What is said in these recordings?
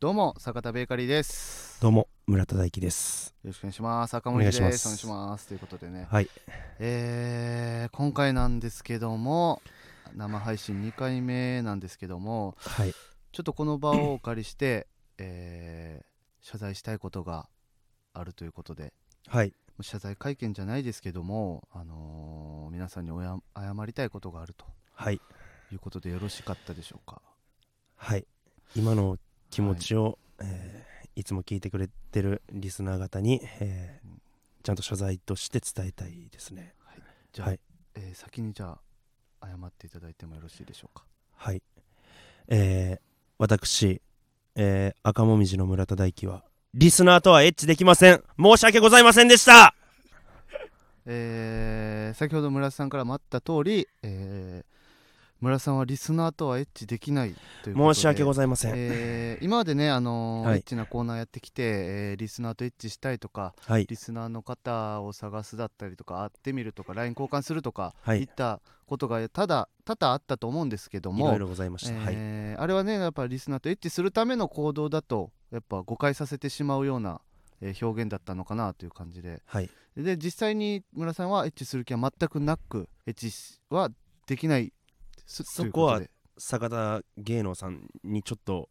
どうも坂田ベーカリーですどうも村田大樹です。よろしくお願いします赤森ですおお願願いいししまますすということでね、はいえー今回なんですけども生配信2回目なんですけどもはいちょっとこの場をお借りして、えー謝罪したいことがあるということではい謝罪会見じゃないですけども、あのー皆さんにおや謝りたいことがあるとはいいうことでよろしかったでしょうかはい今の気持ちを、いえーいつも聞いてくれてるリスナー方に、えーうんちゃんと謝罪として伝えたいですね。じゃあ、はいえー先にじゃあ謝っていただいてもよろしいでしょうかはい、えー、私、えー、赤もみじの村田大樹はリスナーとはエッチできません。申し訳ございませんでした。えー先ほど村瀬さんからもあった通り、えー村瀬さんはリスナーとはエッチできないということで申し訳ございざいません。えー今までね、あのーはいエッチなコーナーやってきて、えーリスナーとエッチしたいとかはいリスナーの方を探すだったりとか会ってみるとか LINE 交換するとか、はいい、ったことがただ多々あったと思うんですけどいもろいろございました。はいえーあれはねやっぱリスナーとエッチするための行動だとやっぱ誤解させてしまうような、えー表現だったのかなという感じではいで実際に村さんはエッチする気は全くなくエッチはできないすそこはという坂田芸能さんにちょっと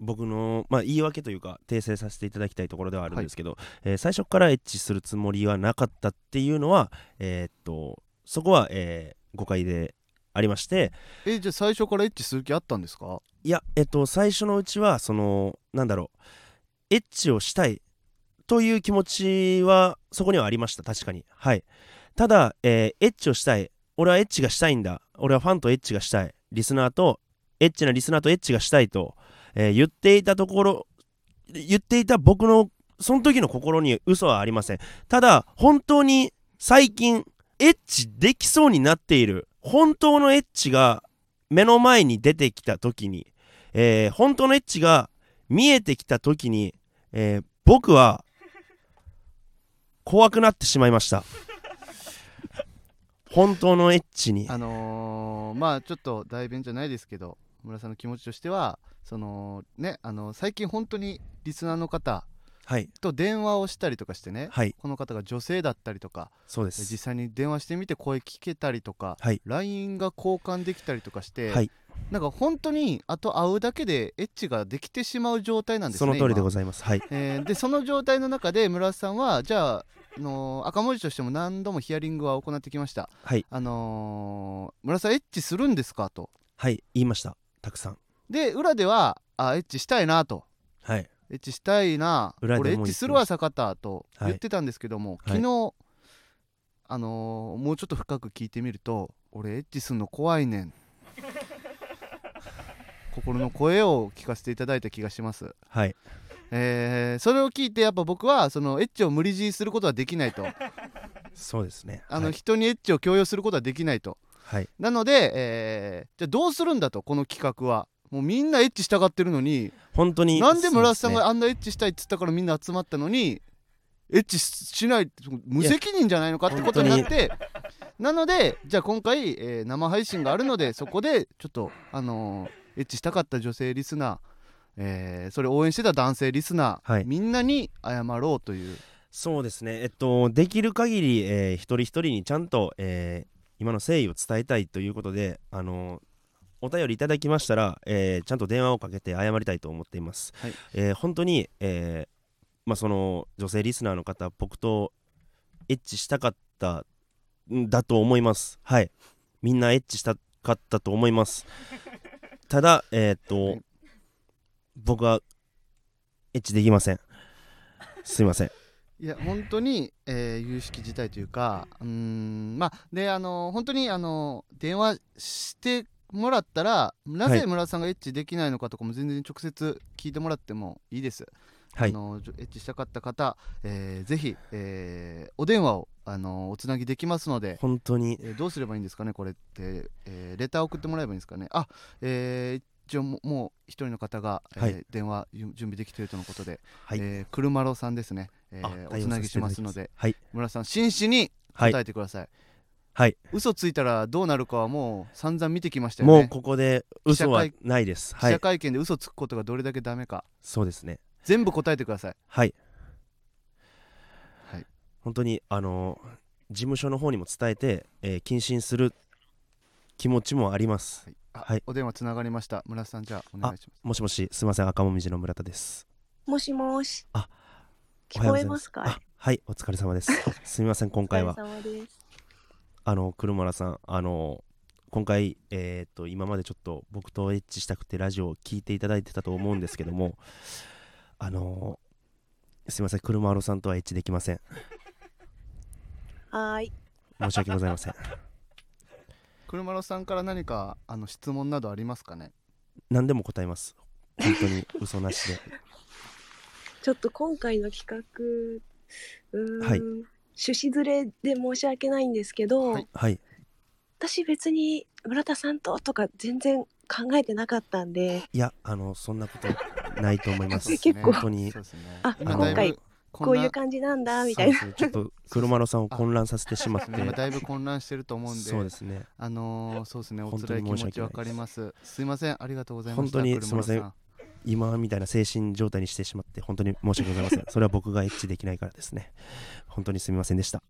僕の、まあ、言い訳というか訂正させていただきたいところではあるんですけど、えー最初からエッチするつもりはなかったっていうのは、えーっとそこは、えー誤解でありましてことでえじゃあ最初からエッチする気あったんですかいや、えっと最初のうちはそのなんだろうエッチをしたいという気持ちはそこにはありました確かにはいただ、えーエッチをしたい俺はエッチがしたいんだ俺はファンとエッチがしたいリスナーとエッチなリスナーとエッチがしたいと、えー言っていたところ言っていた僕のその時の心に嘘はありませんただ本当に最近エッチできそうになっている本当のエッチが目の前に出てきた時に、えー本当のエッチが見えてきた時に、えー僕は怖くなってしまいました本当のエッチにあのーまあちょっと代弁じゃないですけど村さんの気持ちとしてはそのねあの最近本当にリスナーの方はいと電話をしたりとかしてね、はいこの方が女性だったりとかそうでえ実す際に電話してみて声聞けたりとか、はい LINE が交換できたりとかして、はいなんか本当にあと会うだけでエッチができてしまう状態なんですねその通りで今ございますはいえーでその状態の中で村瀬さんはじゃあ、あのー赤文字としても何度もヒアリングは行ってきました、はいあのー村瀬さんエッチするんですかとはい言いましたたくさんで裏ではあエッチしたいなとはいエッチしたいな裏でも俺エ言ッってましたチするわ坂田とはい言ってたんですけども、昨日、あのーもうちょっと深く聞いてみると俺エッチするの怖いね ん心の声を聞かせていただいた気がします、はいえーそれを聞いてやっぱ僕はそのエッチを無理強いすることはできないとそうですねあの、はい人にエッチを強要することはできないとはいなので、えーじゃあどうするんだとこの企画はもうみんなエッチしたがってるのに本当になんで村瀬さそうんですねがあんなエッチしたいっつったからみんな集まったのにエッチしない無責任じゃないのかってことになってなのでじゃあ今回、えー生配信があるのでそこでちょっとあのーエッチしたかった女性リスナーえーそれ応援してた男性リスナー、はいみんなに謝ろうというそうですね、えっと、できる限り、えー一人一人にちゃんと、えー今の誠意を伝えたいということで、あのお便りいただきましたら、えーちゃんと電話をかけて謝りたいと思っています。はいえー本当に、えーまあ、その女性リスナーの方、僕とエッチしたかったんだと思います。はい、みんなエッチしたかったと思います。ただ、えーっはとい、僕はエッチできません。すいません。いや本当に、えー有識事態というかうーんまあであの本当にあの電話してもらったらなはぜい村田さんがエッチできないのかとかも全然直接聞いてもらってもいいです、はいあのエッチしたかった方、えーぜひ、えーお電話をあのおつなぎできますので、本当にえーどうすればいいんですかねこれって、えーレター送ってもらえばいいんですかねあえー一応ももう一人の方が、えーはい電話ゆ準備できているとのことで、はいえー車郎さんですね、えーあおつなぎしますので。対応させていただきはい村さん真摯にはい答えてください、はい嘘ついたらどうなるかはもう散々見てきましたよねもうここで嘘はないですは記者い会見で嘘つくことがどれだけダメかそうですね全部答えてくださいはい、はい本当にあの事務所の方にも伝えて、えー謹慎する気持ちもありますはいあはいお電話つながりました村瀬さんじゃあお願いしまもしもしすいません赤もみじの村田ですもしもし。あ聞こえますおはようございあかはいお疲れ様ですすみません今お回は疲れ様です。あの車村さんあの今回えっと今までちょっと僕とエッチしたくてラジオを聞いていただいてたと思うんですけども あのすいません車村さんとはエッチできませんはーい。申し訳ございません す車呂さんから何かあの質問などありますかね何でも答えます本当に嘘なしで ちょっと今回の企画、うーん、はい趣旨ずれで申し訳ないんですけど、はいはい私別に村田さんととか全然考えてなかったんで、いやあのそんなことないと思います結構本当にそうですねあ今今だいぶ回こ混ういう乱感じなんだみたいな。そうそうちょっと黒丸さんを混乱させてしまって今だいぶ混乱してると思うんでそうですねあのー、そうですねお本辛当いに気申し訳ない持ちわかりますすいませんありがとうございました本当に車呂すいませんさん今みたいな精神状態にしてしまって本当に申し訳ございませんそれは僕がエッチできないからですね本当にすみませんでした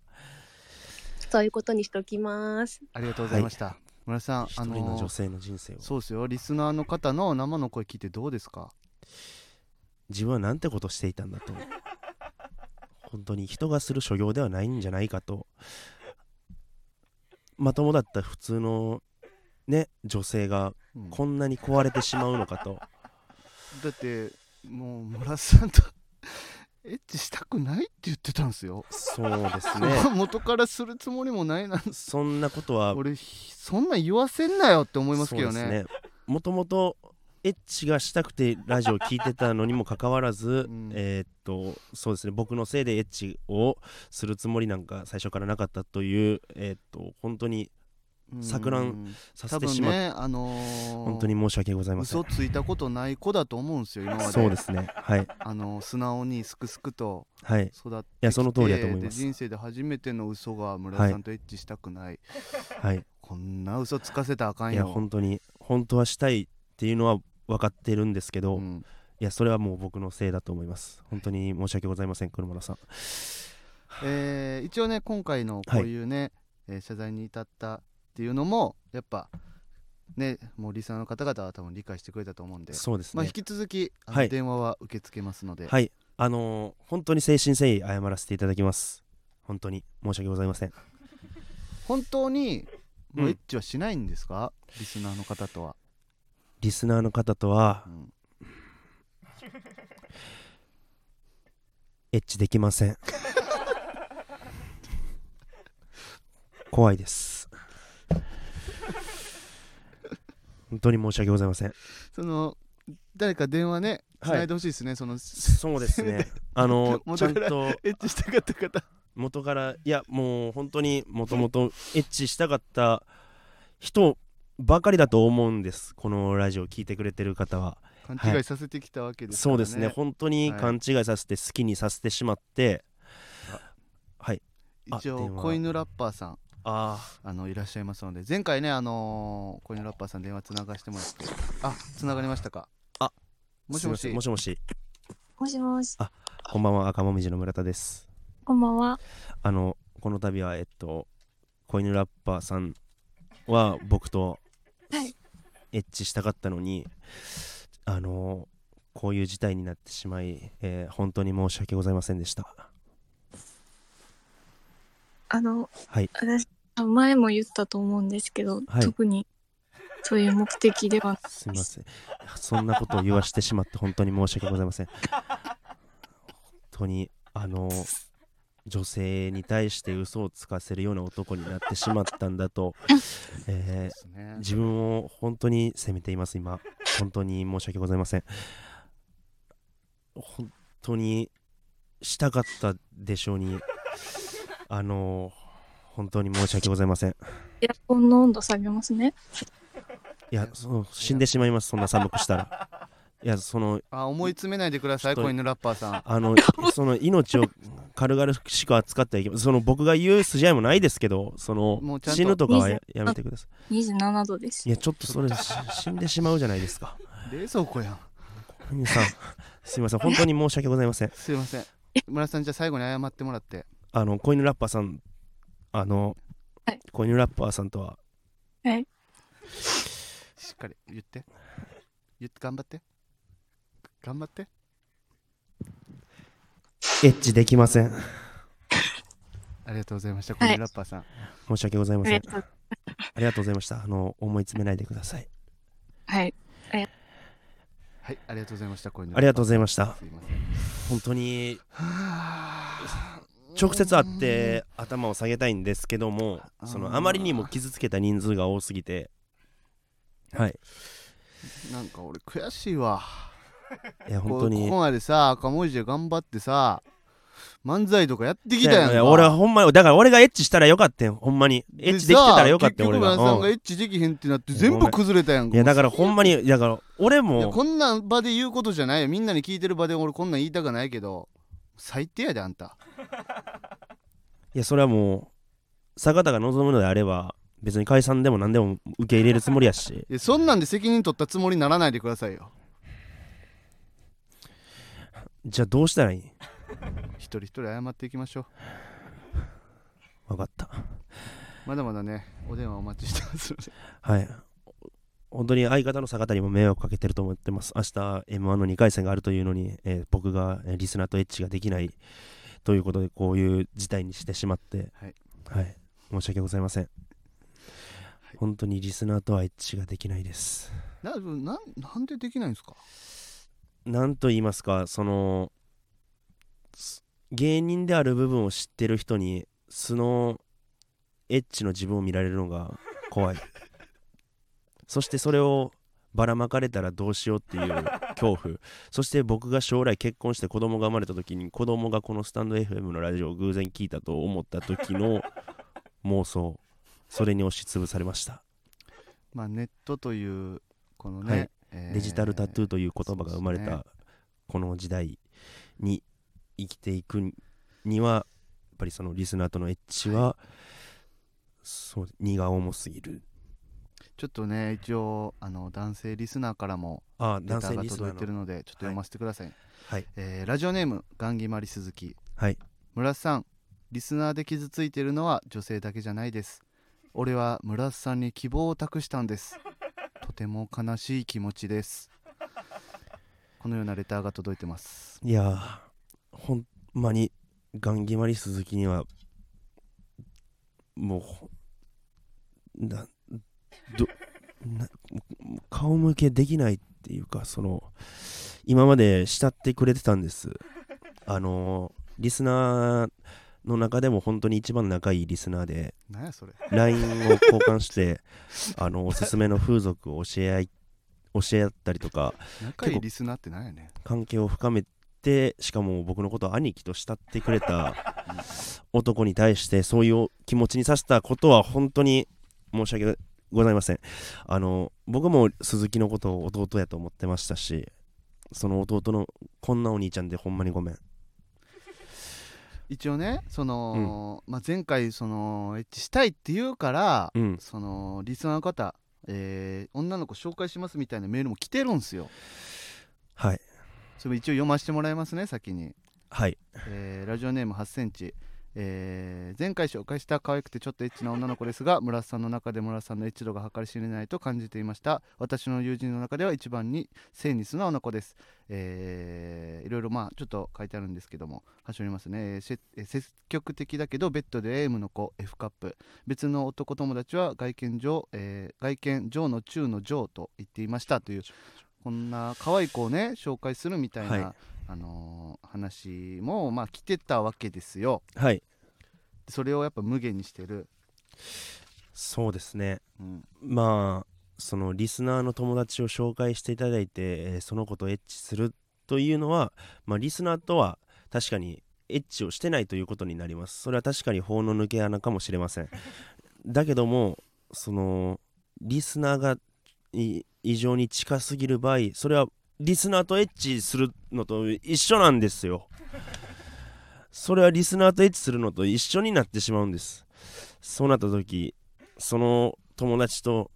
そういうことにしときます。ありがとうございました、村瀬さん一あ人のの女ー、性の人生をそうですよリスナーの方の生の声聞いてどうですか自分はなんてことしていたんだと本当に人がする所業ではないんじゃないかとまともだった普通のね女性がうんこんなに壊れてしまうのかとだってもう村瀬さんと エッチしたくないって言ってたんですよ、そうですね 元からするつもりもないなそんなことは俺そんなん言わせんなよって思いますけどそうねですもともとエッチがしたくてラジオ聞いてたのにもかかわらず、うんえーっとそうですね僕のせいでエッチをするつもりなんか最初からなかったというえーっと本当にうん錯乱させ多て分しまって、ねあのー、本当に申し訳ございません嘘ついたことない子だと思うんですよ今までそうですねはいあの素直にすくすくとはい育ってきていやその通りだと思いますで人生で初めての嘘が村田さんとエッチしたくない、はいこんな嘘つかせたらあかんいやよ本当に本当はしたいっていうのは分かってるんですけど、ういんやそれはもう僕のせいだと思います本当に申し訳ございません車田さんえー一応ね今回のこういうね、えー謝罪に至ったっていうのもやっぱねもうリスナーの方々は多分理解してくれたと思うんで、そうですね、まあ、引き続きあのはい電話は受け付けますので、はい、あのー本当に誠心誠意謝らせていただきます。本当に申し訳ございません。本当にもううんエッチはしないんですか、リスナーの方とは、リスナーの方とはうんエッチできません。 怖いです。本当に申し訳ございません。その誰か電話ねは繋いいでほしいですね、そのそうですね。 あのーちゃ元んからとエッチしたかった方元からいやもう本当にもともとエッチしたかった人ばかりだと思うんです。このラジオ聞いてくれてる方は。勘はい違いさせてきたわけですかそら、うねですね本当に勘違いさせて好きにさせてしまって、あ一応電話子犬ラッパーさんああのいらっしゃいますので前回ねあのー、コインラッパーさん電話つながしてもらってあつながりましたかあもしもしもしもしもしもし、こんばんは赤もみじの村田ですこんばんは。あのこの度はえっと子犬ラッパーさんは僕とはいエッチしたかったのにあのこういう事態になってしまい、えー本当に申し訳ございませんでしたあの、はい私、前も言ったと思うんですけど、はい特にそういう目的では、すみませんそんなことを言わしてしまって本当に申し訳ございません本当にあの女性に対して嘘をつかせるような男になってしまったんだと、えですねー自分を本当に責めています今本当に申し訳ございません本当にしたかったでしょうにあの本当に申し訳ございませんいエアコンの温度下げますね。やそう死んでしまいますそんな寒くしたらいやそのあ思い詰めないでくださいちょっと子犬ラッパーさんあのその命を軽々しく扱ってはいけまその僕が言う筋合いもないですけどそのもうちゃんと死ぬとかはややめてくださ27度ですいいやちょっとそれし死んでしまうじゃないですか冷蔵庫やん小西さんすいません本当に申し訳ございませんすいません村田さんじゃあ最後に謝ってもらってあの子犬ラッパーさんあの、はい子犬ラッパーさんとははいしっかり言って言って頑張って頑張ってエッチできませんありがとうございましたこはいのラッパーさん、申し訳ございまあせりんがとうありがとうございましたあの思い詰めないでくださいはいはい、ありがとうございました。こういうのありがとうございましたすいません。本当にはぁ直接会っ。て頭を下げたいんですけどもそのあまりにも傷つけた人数が多すぎてはいなんか俺悔しいわ。いやこ本うこ当にこまでさ、赤文字で頑張ってさ、漫才とかやってきたやんか。いや俺はほんまにだから俺がエッチしたらよかったよほんまにエッチできてたらよかったよ俺でさ結局村田がさんうがんエッチできへんってなって全部崩れたやんか。いやだからほんまにだからい俺やもこんな場で言うことじゃないよ。みんなに聞いてる場で俺こんなん言いたくないけど、最低やであんた。いやそれはもう坂田が望むのであれば別に解散でも何でも受け入れるつもりやし いやそんなんで責任取ったつもりにならないでくださいよ。じゃあどうしたらいい一人一人謝っていきましょう。分かったまだまだね、お電話お待ちしてますので。 はい本当に相方の坂田にも迷惑かけてると思ってます明日 m 1の2回戦があるというのに、えー僕がえーリスナーとエッチができないということでこういう事態にしてしまってはい、はい申し訳ございません、本当にリスナーとはエッチができないですなななんでできないんですかなんと言いますかそのす芸人である部分を知ってる人に素のエッチの自分を見られるのが怖い そしてそれをばらまかれたらどうしようっていう恐怖そして僕が将来結婚して子供が生まれた時に子供がこのスタンド FM のラジオを偶然聞いたと思った時の妄想それに押しつぶされました、まあ、ネットというこのはねい、デジタルタトゥーという言葉が生まれそうでたこの時代に生きていくにはやっぱりそのリスナーとのエッジはそう荷が重すぎるーちょっとね一応あの男性リスナーからもあレタ男性ーがリスナ届いてーるののでちょっと読ませてください、はいえーラジオネームガンギマリ鈴木はい村瀬さんリスナーで傷ついてるのは女性だけじゃないです俺は村瀬さんに希望を託したん ですとても悲しい気持ちですこのようなレターが届いてますいやーほんまにガンギマリ鈴木にはもうほなどな顔向けできないっていうかその今まで慕ってくれてたんですあのリスナーの中でも本当に一番仲いいリスナーでなんやそれ LINE を交換してあのおすすめの風俗を教え合い教え合ったりとか仲いいリスナーってなんやねん関係を深めてしかも僕のことを兄貴と慕ってくれた 男に対してそういう気持ちにさせたことは本当に申し訳ございませんあの僕も鈴木のことを弟やと思ってましたしその弟のこんなお兄ちゃんでほんまにごめん一応ねその、まあ、前回そのエッチしたいって言うから、うんそのリスナーの方、えー女の子紹介しますみたいなメールも来てるんすよはいそれ一応読ませてもらいますね先に、はいえーラジオネーム8センチ、えー前回紹介した可愛くてちょっとエッチな女の子ですが村瀬さんの中で村瀬さんのエッチ度が計り知れないと感じていました私の友人の中では一番に性に素直な子です、えーいろいろまあちょっと書いてあるんですけども端折りますね、えーせえー積極的だけどベッドで M の子 F カップ別の男友達は外見上、えー外見上の中の上と言っていましたというこんな可愛い子をね紹介するみたいな、はいあのー話もまあ来てたわけですよはいそれをやっぱ無限にしてる、そうですねうん、まあそのリスナーの友達を紹介していただいて、えーその子とエッチするというのは、まあ、リスナーとは確かにエッチをしてないということになりますそれは確かに法の抜け穴かもしれませんだけどもそのリスナーがい異常に近すぎる場合それはリスナーとエッチするのと一緒なんですよそれはリスナーとエッチするのと一緒になってしまうんですそうなった時その友達と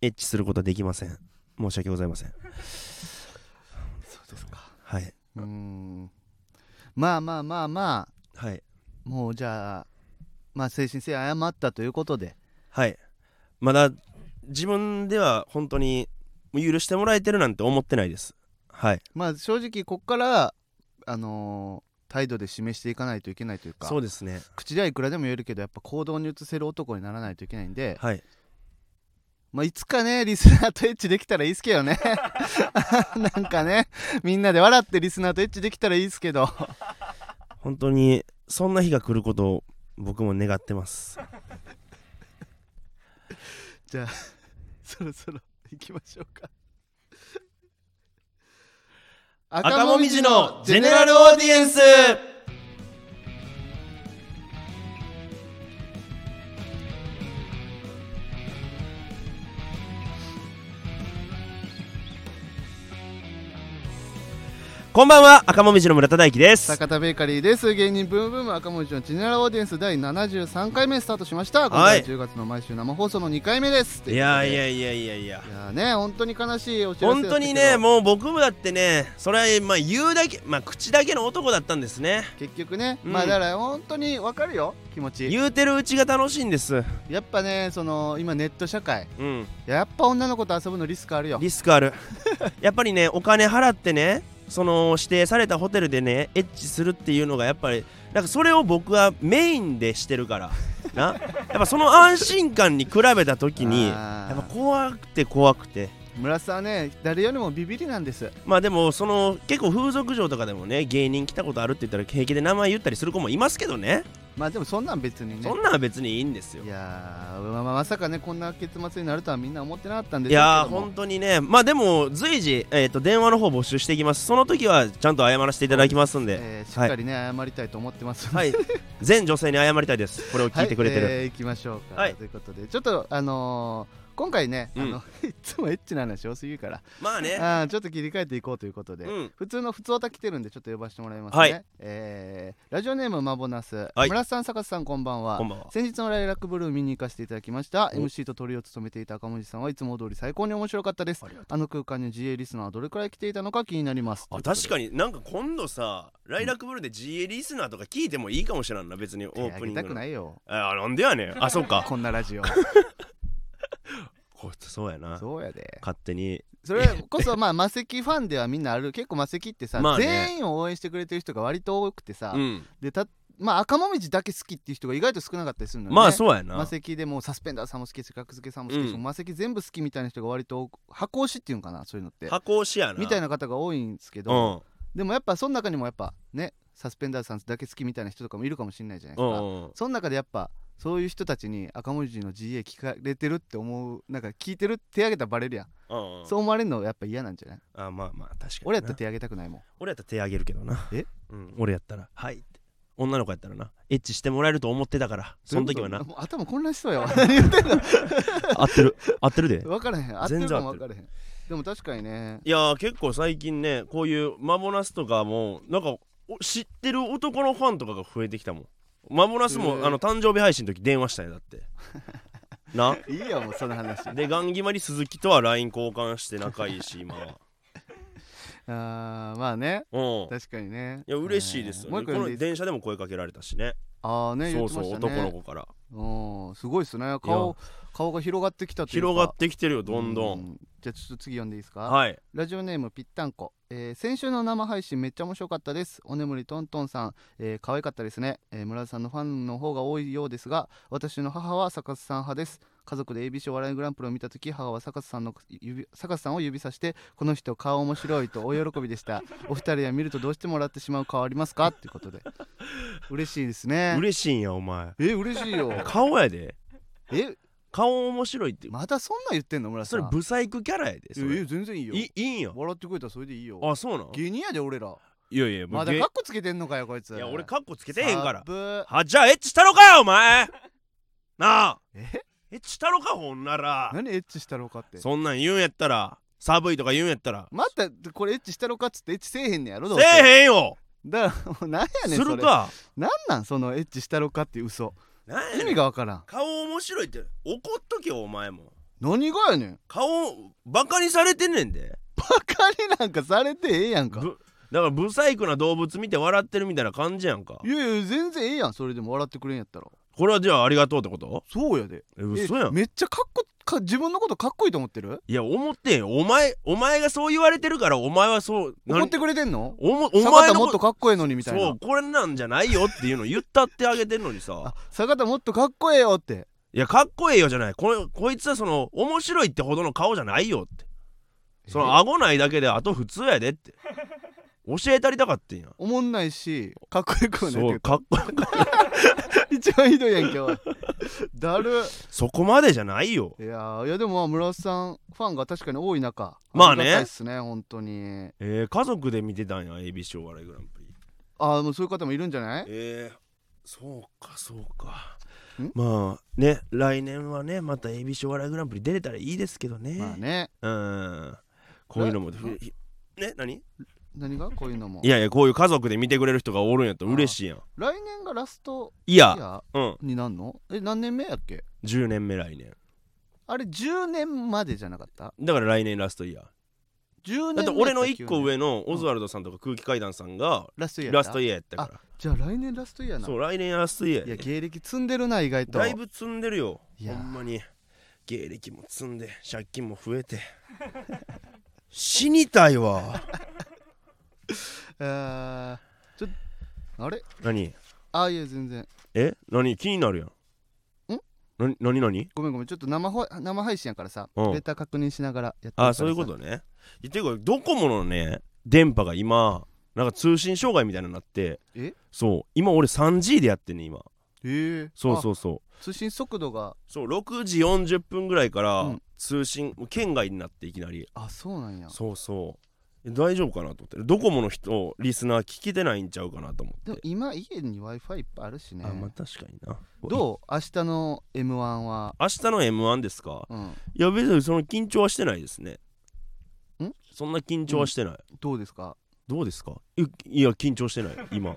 エッチすることはできません申し訳ございませんそうですかはいうんまあまあまあまあはいもうじゃあまあ精神性誤ったということではいまだ自分では本当に許してもらえてるなんて思ってないですはいまあ正直ここからあのー態度で示していかないといけないというかそうですね口ではいくらでも言えるけどやっぱ行動に移せる男にならないといけないんで、はいまあ、いつかねリスナーとエッチできたらいいっすけどね なんかねみんなで笑ってリスナーとエッチできたらいいっすけど本当にそんな日が来ることを僕も願ってますじゃあ そろそろ行きましょうか 赤もみじのジェネラルオーディエンスこんばんは赤もみじの村田大樹です坂田ベーカリーです芸人ブームブーム赤文字のジェネラルオーディエンス第73回目スタートしました、今はい回10月の毎週生放送の2回目ですいやいいやいやいやいややーね本当に悲しいお知らせだった本けど当にねもう僕もだってねそれはまあ言うだけまあ口だけの男だったんですね結局ね、うんまあだから本当にわかるよ気持ち言うてるうちが楽しいんですやっぱねその今ネット社会うんやっぱ女の子と遊ぶのリスクあるよリスクあるやっぱりねお金払ってねその指定されたホテルでねエッチするっていうのがやっぱりなんかそれを僕はメインでしてるからなやっぱその安心感に比べた時にやあーっぱ怖くて怖くて村瀬はね誰よりもビビりなんですまあでもその結構風俗嬢とかでもね芸人来たことあるって言ったら平気で名前言ったりする子もいますけどねまあでもそんなん別にねそんなんは別にいいんですよいやーまあまあまさかねこんな結末になるとはみんな思ってなかったんでいしょうやーけども本当にねまあでも随時、えー、と電話の方募集していきますその時はちゃんと謝らせていただきますんでえーしっかりね、謝りたいと思ってますのではい、全女性に謝りたいです、これを聞いてくれてる。はいえー行きましょうか、はいということでちょっとあのー今回ね、うんあの いつもエッチな話多すぎるからまあね、あーちょっと切り替えていこうということで、うん、普通の普通オタ来てるんでちょっと呼ばせてもらいますね、はいえーラジオネームマボナス、はい村瀬さん坂田さんこんばんはこんばんは。先日のライラックブルー見に行かせていただきましたお MC とトリを務めていた赤文字さんはいつも通り最高に面白かったですあの空間に GA リスナーはどれくらい来ていたのか気になりますあ確にかになんか今度さ、ライラックブルーで GA リスナーとか聞いてもいいかもしれんな、別にオーあプニげたングの。くないよあなんでやね ん。あ、そうか。こんなラ ジオこそうやな。そうやで勝手に。それこそまあ魔石ファンではみんなある結構魔石ってさ、まあね全員を応援してくれてる人が割と多くてさ、うん。でたまあ赤もみじだけ好きっていう人が意外と少なかったりするのよねまあそうや魔な。石でもうサスペンダーさんも好きし格付けさんも好きし、うん魔石全部好きみたいな人が割と多く箱推しっていうんかなそういうのって箱押しやな。みたいなな。方が多いんですけうど、ん。でもやっぱその中にもやっぱねサスペンダーさんだけ好きみたいな人とかもいるかもしれないじゃないうですか、ん。その中でやっぱそういう人たちに赤文字の GA 聞かれてるって思うなんか聞いてるって手挙げたらバレるやん、うん。そう思われるのやっぱ嫌なんじゃないあまあまあ、確かにな。俺やったら手挙げたくないもん俺やったら手挙げるけどな。えうん、俺やったら。はいって。女の子やったらな。エッチしてもらえると思ってたから、その時はな。もう頭混乱しそうや わ何言ってんの合ってる。合ってるで。 分からへん合ってる全か然合もって分るからへんでも確かにねいやー結構最近ねこういうマボナスとかもなんかお知ってる男のファンとかが増えてきたもんマボナスも、へーあの誕生日配信の時電話したよだって ないいよもうその話 でガンギマリ鈴木とは LINE 交換して仲いい し今はあーまあねうん確かにねいや嬉しいですもよう一個ねこ読んのでいい電車でも声かけられたしねああねそ言うってそまうしたね男の子からうんすごいっすね顔顔が広がってきたというか広がってきてるよどんどうんじゃあちょっと次読んでいいですか、はいラジオネームぴったんこ、えー先週の生配信めっちゃ面白かったですお眠りトントンさん、えー、可愛かったですね、えー村田さんのファンの方が多いようですが私の母は坂津さん派です家族で ABC お笑いグランプリを見た時母は坂津さんの指坂津さんを指さしてこの人顔面白いと大喜びで したお二人は見るとどうしてもらってしまう顔ありますかということで嬉しいですね嬉しいんやお前え嬉しいよ顔やでえ顔面白いってまたそんなん言ってんの村田そされんブサイクキャラやでそえれえ全然いいよいいいんや笑ってくれたらそれでいいよあそうなん芸人やで俺らいやいやまだ芸カッコつけてんのかよこいついや俺カッコつけてへんからサブはじゃあエッチしたのかよお前 なあえエッチしたのかほんなら何エッチしたろうかってそんなん言うんやったら寒いとか言うんやったらまたこれエッチしたろうかっつってエッチせえへんねやろどうせえへんよだからもうなんやねんすそるれかなんなんそのエッチしたろかっていう嘘なんやねん意味がわからん顔面白いって怒っとけよお前も何がやねん顔バカにされてんねんでバカになんかされてええやんかぶだからブサイクな動物見て笑ってるみたいな感じやんかいやいや全然ええやんそれでも笑ってくれんやったらこれはじゃあありがとうってことそうやでえ嘘やえんめっちゃかっこか自分のことかっこいいと思ってるいや思ってんよお前お前がそう言われてるからお前はそう怒って何くれてんのおもお坂前田のもっことかっこええのにみたいそなうこれなんじゃないよっていうの言ったってあげてんのにあさ坂田もっとかっこええよっていやかっこええよじゃないここいつはその面白いってほどの顔じゃないよってそのえ顎ないだけであと普通やでって教えたりたかってんやおもんないしかっこよくはないそうけかっこど一番ひどいやん今日だるそこまでじゃないよいやーいやでもまあ村尾さんファンが確かに多い中まあねりがたいっすね本当にえー、家族で見てたんや ABC お笑いグランプリあーもうそういう方もいるんじゃないえー、そうかそうかんまあね来年はねまた ABC お笑いグランプリ出れたらいいですけどね、まあねうんこういうのもふひね何何がこういうのもいやいやこういう家族で見てくれる人がおるんやったら嬉しいやん来年がラストいイやヤうんーになんのえ何年目やっけ10年目来年あれ10年までじゃなかっただから来年ラストイヤー10年だって俺の1個目上のオズワルドさんとか空気階段さんがラストイヤーだラストイヤーやったかじゃあ来年ラストイヤーらなそう来年ラストイヤいやーや芸歴積んでるな意外とだいぶ積んでるよいほやんまに芸歴も積んで借金も増えて 死にたいわあーちょあれ何あーいや全然え何気になるやんんな何何ごめんごめんちょっと生ほ生配信やからさうんデータ確認しながらやってるからあさそういうことねいやていうかドコモのね電波が今なんか通信障害みたいになってえそう今俺 3G でやってんね今へえそううそうそう通信速度がそう6時40分ぐらいかうらん通信、もう県外になっていきなりあそうなんやそうそうえ大丈夫かなと思ってドコモの人リスナー聞けてないんちゃうかなと思でっもて、今家に w i f i いっぱいあるしねあまあ確かになうどう明日の m 1は明日の m 1ですかうんいや別にその緊張はしてないですねんそんな緊張はしてない、どうですかどうですかいいや緊張してない今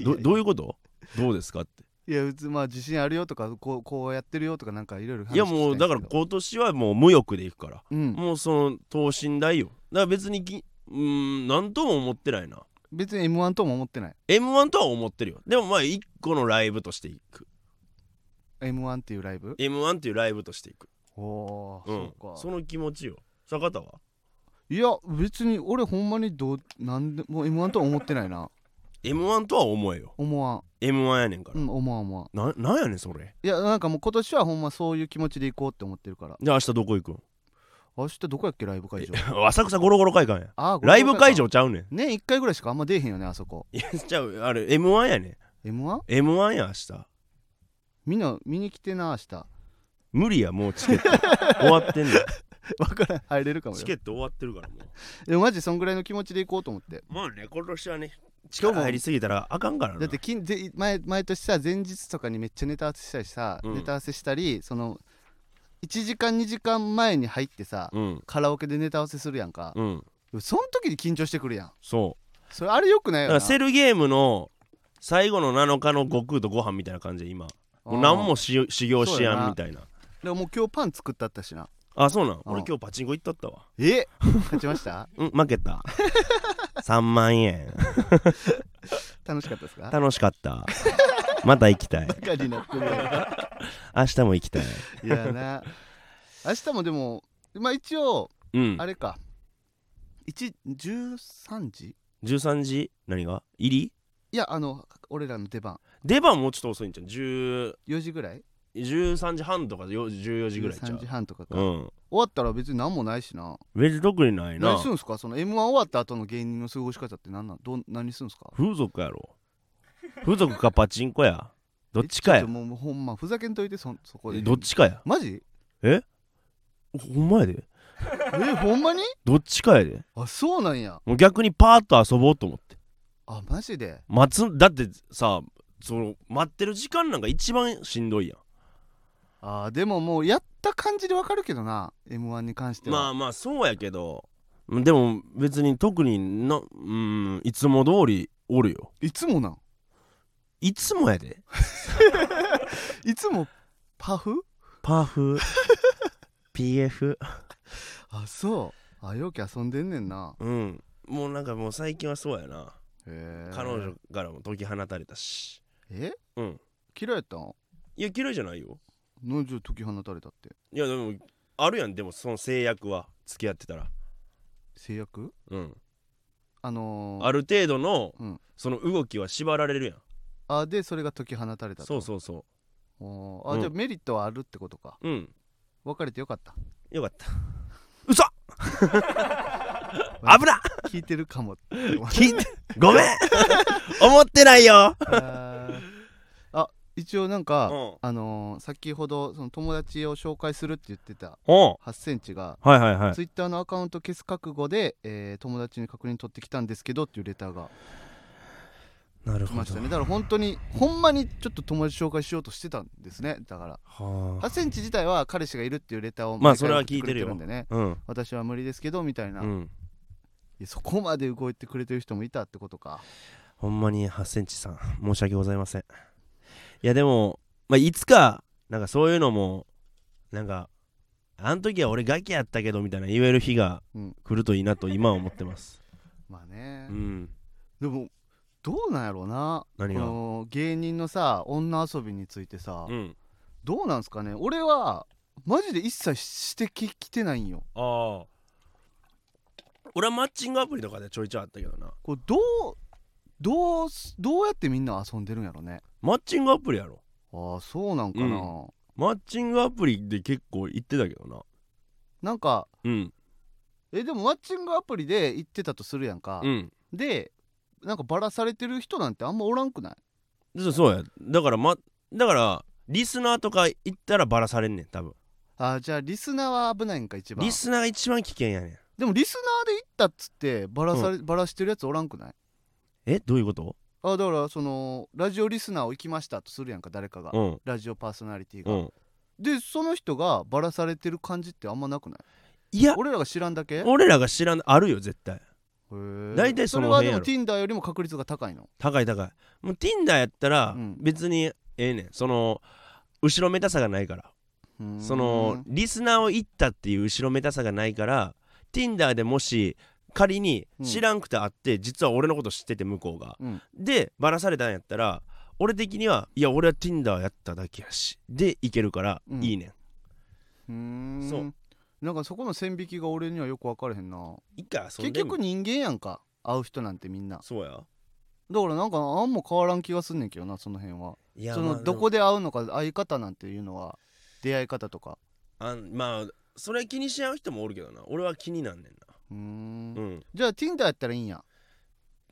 どどどういいうことどうですかっていや別にまあ自信あるよとかこうこうやってるよとかなんかいろいろ話いやもうだから聞きたいんです今年はもう無欲でいくから、けどうんもうその等身大よだから別にきうーん何とも思ってないな別に m 1とも思ってない m 1とは思ってるよでもまあ一個のライブとしていく m 1っていうライブ m 1っていうライブとしていくおー、うんそうかの気持ちよ坂田はいや別に俺ほんまにどうなんでも m 1とは思ってないな m 1とは思えよ思わ m 1やねんかんうら、ん思わん思わんななんやねんそれいやなんかもう今年はほんまそういう気持ちで行こうって思ってるからじゃあ明日どこ行くん明日どこやっけライブ会場浅草ゴロゴロ会館やあーライブ会場かちゃうねん年1回ぐらいしかあんま出えへんよねあそこいやちゃうあれ m 1やねん m 1 m 1や明日みんな見に来てな明 日無理やもうチケット 終わってんだわからん入れるかもチよケット終わってるからも でもマジそんぐらいの気持ちで行こうと思ってうまあね今年はね今日も力入りすぎたらあかんからなだってきんぜ前毎年さ前日とかにめっちゃネタ合わせしたりさ、うんネタ合わせしたりその1時間2時間前に入ってさ、うんカラオケでネタ合わせするやんか、うんその時に緊張してくるやんそうそれあれよくないだよなからセルゲームの最後の7日の悟空とご飯みたいな感じで今もう何もし修行しやんみたいなでももう今日パン作ったったしなあそうなんうん俺今日パチンコ行ったったわえ勝ちましたうん負けた 3万円楽しかったですか楽しかったまた行きたいバカになってるや明日も行きたい んいやな明日もでもまあ一応うんあれか、一13時13時何が入りいやあの俺らの出番出番もうちょっと遅いんちゃう10 4時ぐらい13時半とかよ14時ぐらいちゃ3う時半とかか、う終んわったら別に何もないしな別に特にないな何するんすかその m 1終わった後の芸人の過ごし方って何なんどう何するんすか風俗やろ風俗かパチンコやどっち かえちょっやともうもうほんまふざけんといてそそこでどっちかやマジほんまやでえほんまにどっちかやであそうなんやもう逆にパーッと遊ぼうと思ってあマジで待つだってさその待ってる時間なんか一番しんどいやあーでももうやった感じでわかるけどな m 1に関してんまは、あまあそうやけどでも別に特になうんいつも通りおるよいつもなんいつもやでいつもパフパ ーフ PF あそうあよく遊んでんねんなうんもうなんかもう最近はそうやな、へえ彼女からも解き放たれたしえうん嫌いやったんいや嫌いじゃないよ何じゃ解き放たれたっていやでもあるやんでもその制約は付き合ってたら制約うんあのー、ある程度の、うんその動きは縛られるやんあでそれが解き放たれたとそうそうそおーあ、うんじゃあメリットはあるってことかううん別れてよかったよかった 嘘危な聞いてるかもって思った聞いてごめん思ってないよあーあ一応なんか、うんあのー、先ほどその友達を紹介するって言ってたおう8センチが、はいはいはいツイッターのアカウント消す覚悟で、えー友達に確認取ってきたんですけどっていうレターがなる来ほましどたねだから本当にほんまにちょっと友達紹介しようとしてたんですねだからは8センチ自体は彼氏がいるっていうレターをま毎あ回それは送ってく聞いてるよんでねあうん私は無理ですけどみたいな、ういんやそこまで動いてくれてる人もいたってことかほんまに8センチさん申し訳ございませんいやでも、まあ、いつかなんかそういうのもなんかあん時は俺ガキやったけどみたいな言える日がうん来るといいなと今は思って ますまあねう、んでもどうなんやろうな何がこの芸人のさ女遊びについてさ、うんどうなんすかね俺はマジで一切してききてないんよああ俺はマッチングアプリとかでちょいちょいあったけどなこうどうどうすどうやってみんな遊んでるんやろねマッチングアプリやろああそうなんかな、うんマッチングアプリで結構行ってたけどななんかうんえでもマッチングアプリで行ってたとするやんか、うんでなんかバラされてる人なんてあんまおらんくないそうそうやだからまだからリスナーとか行ったらバラされんねん多分あーじゃあリスナーは危ないんか一番リスナーが一番危険やねんでもリスナーで行ったっつってバラされ、バラしてるやつおらんくないえどういうことあーだからそのラジオリスナーを行きましたとするやんか誰かが、うんラジオパーソナリティうが、んでその人がバラされてる感じってあんまなくないいや俺らが知らんだけ俺らが知らんあるよ絶対大大体それのは辺でやもろ Tinder よりも確率が高いの高い高いもう Tinder やったらうん別にええねんその後ろめたさがないからうーんそのリスナーを行ったっていう後ろめたさがないから Tinder でもし仮にうん知らんくてあって実は俺のこと知ってて向こうがうんでバラされたんやったら俺的にはいや俺は Tinder やっただけやしでいけるからうんいいねんうーんそうなんかそこの線引きが俺にはよく分かれへんな一回遊結んでみ局人間やんか会う人なんてみんなそうやだからなんかあんま変わらん気がすんねんけどなその辺はいやそまあのでもどこで会うのか会い方なんていうのは出会い方とかあんまあそれ気にし合う人もおるけどな俺は気になんねんなうーんうんじゃあ Tinder やったらいいんや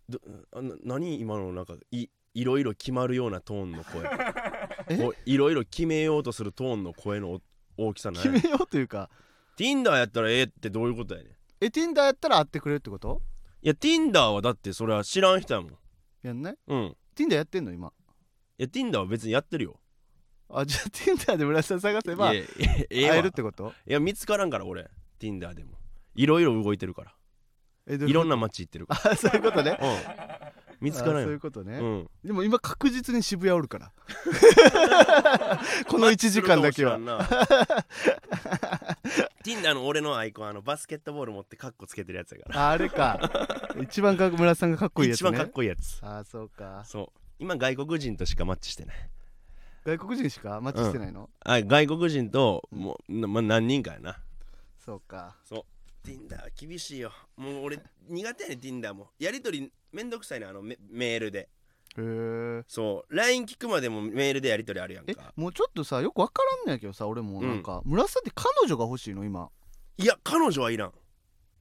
どあな何今のなんかいいろいろ決まるようなトーンの声 えおいろいろ決めようとするトーンの声のお大きさない決めようというか Tinder やったらええってどういうことやねんいえ Tinder やったら会ってくれるってことや Tinder はだってそれは知らん人やもんやんないうん Tinder やってんの今いや Tinder は別にやってるよあじゃあ Tinder で村田さん探せばい会や いやええわえるってこといや見つからんから俺 Tinder でもいろいろ動いてるからえどういろんなな街行ってるかあそういうことねら、うん、 見つからあんそういようことね、うんでも今確実に渋谷おるから この1時間だけは Tinder の俺のアイコンあのバスケットボール持ってカッコつけてるやつやからああれか一番か村田さんがかっこいいやつ一ね番かっこいいやつああそうかそう今外国人としかマッチしてない外国人しかマッチしてないの、あ外国人ともう、なまあ、何人かやなそうかそう Tinder は厳しいよもう俺苦手やね Tinder もやりとりめんどくさいねあのメメールでへえそう LINE 聞くまでもメールでやりとりあるやんえかもうちょっとさよくわからんのやけどさ俺もなんか、村田さんって彼女が欲しいの今いや彼女はいらん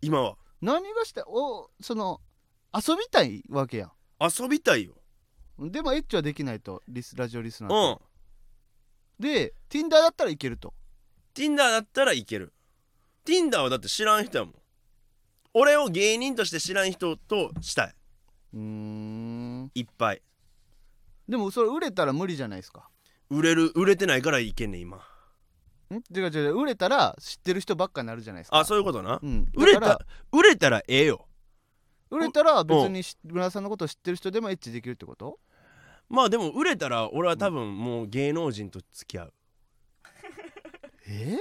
今は何がしたいおその遊びたいわけや遊びたいよんでもエッチはできないとリスラジオリスナーうとんで Tinder だったらいけると Tinder だったらいける Tinder はだって知らん人やもん俺を芸人として知らん人としたいうーんいっぱいでもそれ売れたら無理じゃないですか売れる売れてないからいけんねん今ん違う違う売れたら知ってる人ばっかになるじゃないですかあそういうことなうん、だから売れた売れたらええよ売れたら別にし村田さんのことを知ってる人でもエッチできるってことまあでも売れたら俺は多分もう芸能人と付き合うえ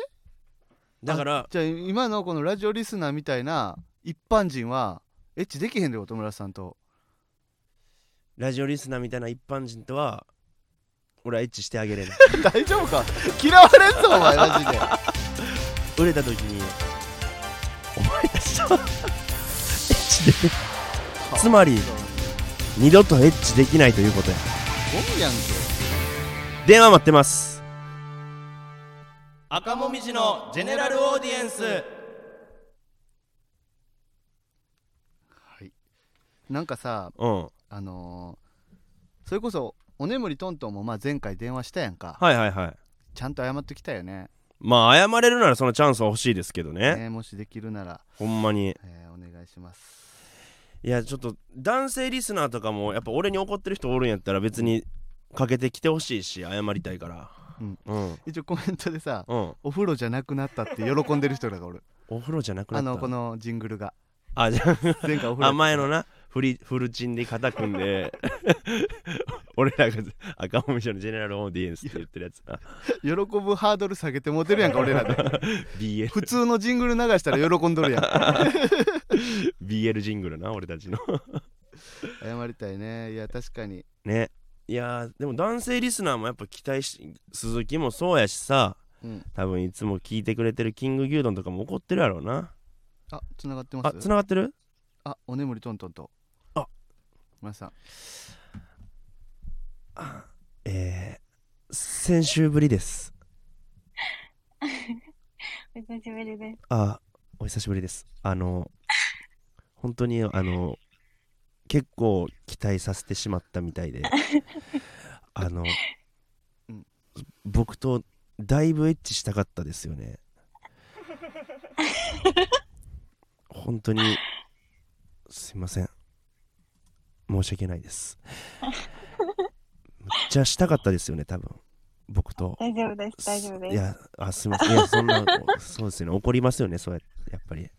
だからじゃあ今のこのラジオリスナーみたいな一般人はエッチできへんってこと村田さんとラジオリスナーみたいな一般人とは俺はエッチしてあげ れない 大丈夫か嫌われんぞお前マ ジで売れた時にお前たちとエッチでつまり二度とエッチできないということやゴミやんけ電話待ってます赤もみじのジェネラルオーディエンスなんかさうんあのーそれこそおねむりトントンもまあ前回電話したやんかはいはいはいちゃんと謝ってきたよねまあ謝れるならそのチャンスは欲しいですけどねねもしできるなら、ほんまにえーお願いしますいやちょっと男性リスナーとかもやっぱ俺に怒ってる人おるんやったら別にかけてきてほしいし謝りたいからうんうん一応コメントでさうんお風呂じゃなくなったって喜んでる人らがお るお風呂じゃなくなあったのこのジングルがあじゃ前回お風あ呂あ前のなフリフルチンで肩組 んで俺らが赤もみじのジェネラルオーディエンスって言ってるやつな喜ぶハードル下げてモテるやんか俺らで BL 普通のジングル流したら喜んどるやん BL ジングルな俺たちの謝りたいねいや確かにねいやーでも男性リスナーもやっぱ期待し鈴木もそうやしさうん多分いつも聞いてくれてるキング牛丼とかも怒ってるやろうなあ繋がってまあす繋がってるあおねむりトントンとあ村田さんえー、先週ぶりですお久しぶりです。あお久しぶりですあの本当にあの結構期待させてしまったみたいであうの、ん僕とだいぶエッチしたかったですよね本当にすいません申し訳ないですめっちゃしたかったですよね多分僕と大丈夫です。大丈夫いです。や、あ、すみません。いや、そん な、そうですよね。怒りますよね。そうや、やっぱり。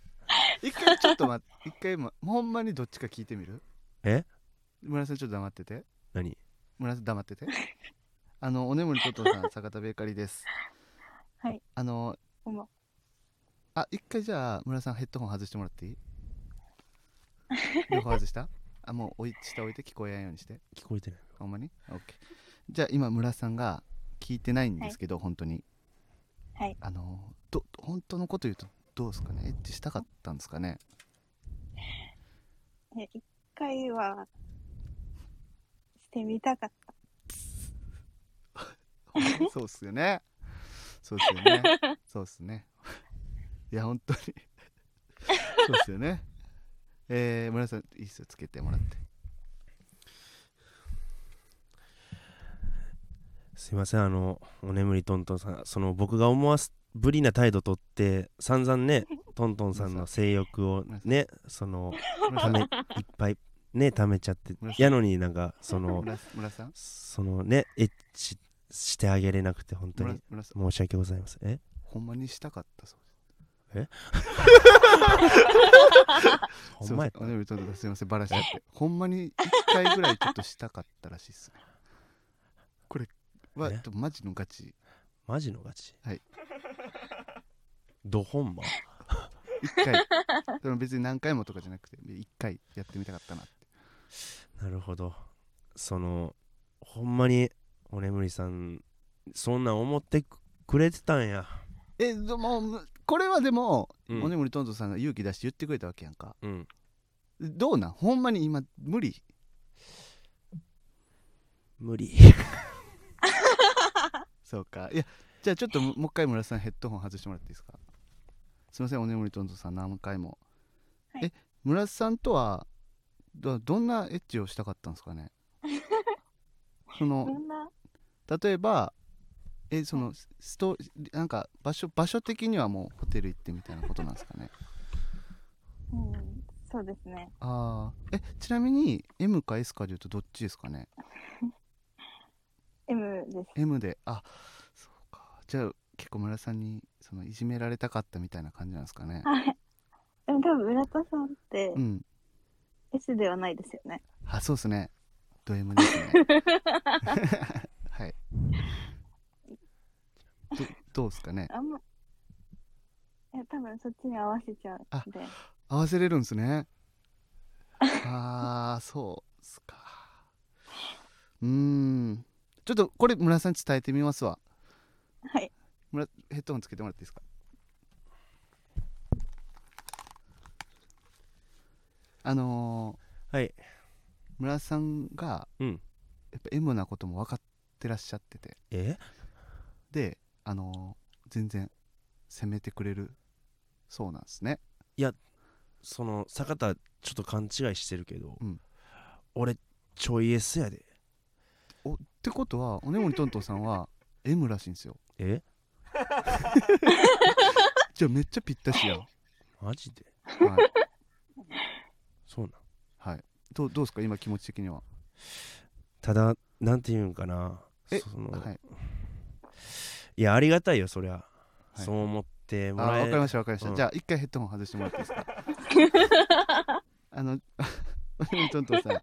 一回ちょっと待って一回今ほんまにどっちか聞いてみるえ村田さんちょっと黙ってて何。村瀬黙っててあのおねむりとと さん坂田ベーカリーですはいあのこんばんはあ一回じゃあ村瀬さんヘッドホン外してもらっていい両方外したあもうおい下置いて聞こえないようにして聞こえてない。ほんまにオッケーじゃあ今村瀬さんが聞いてないんですけど、本当にはいあのど本当のこと言うとどうですかねエッチしたかったんですかねいや一回はしてみたかっ そうっすよね。そうっすよね。そうっすね。いや、本当に。そうっすよね。えー、村さん、いいっすよ、つけてもらって。すいません。あの、お眠りトントンさん、その僕が思わす。ぶりな態度とって、散々ね、トントンさんの性欲をね、その、村さんため、いっぱい。ね、ためちゃって村、さんやのになんか、その、村村さんそのね、エッチしてあげれなくて、本当村に。村さん、申し訳ございません。え。ほんまにしたかったそうです。ほんますいませんやおねぶりとんどですいません、ばらしちゃって。ほんまに一回ぐらいちょっとしたかったらしいっすね。これは、ねちょっとマジのガチ。マジのガチ。はい。どほんま。一回。 でも別に何回もとかじゃなくて、一回やってみたかったなって。なるほどそのほんまにおねむりさんそんなん思ってくくれてたんやえ、でも、これはでも、うおねん、むりとんとさんが勇気出して言ってくれたわけやんかうん、どうなんほんまに今無理無理そうかいやじゃあちょっとももう一回村田さんヘッドホン外してもらっていいですかすいませんおねむりとんとさん何回も、はいえ村田さんとはどどんなエッチをしたかったんですか ねそた。のそんな例えばえそのストなんか場所場所的にはもうホテル行ってみたいなことなんです かねうんそうですね。ああえちなみに M か S かでいうとどっちですかね M です。 M であそうかじゃあ結構村さんにそのいじめられたかったみたいな感じなんですかね。はい。でも多分村田さんってうん。 S ではないですよね。あ、そうですね。ド M ですね。はい。どどうですかね。あんま。いや多分そっちに合わせちゃうんで。合わせれるんですね。ああ、そうっすか。うーん。ちょっとこれ村さんに伝えてみますわ。はい。村ヘッドホンつけてもらっていいですか。あのはいー、村さんが、うんやっぱ M なことも分かってらっしゃっててえであのー全然責めてくれるそうなんですねその坂田ちょっと勘違いしてるけど、うん俺ちょい S やでおってことはおねもにトントンさんは M らしいんですよえじゃあめっちゃぴったしやんマジではい、そうなんはい、どうどうですか今気持ち的にはただなんていうんかなえその、、はいいやありがたいよそりゃ、いそう思ってあもらわえかりましたわかりました、うんじゃあ一回ヘッドホン外してもらっていいですかあの おねむりトントンさん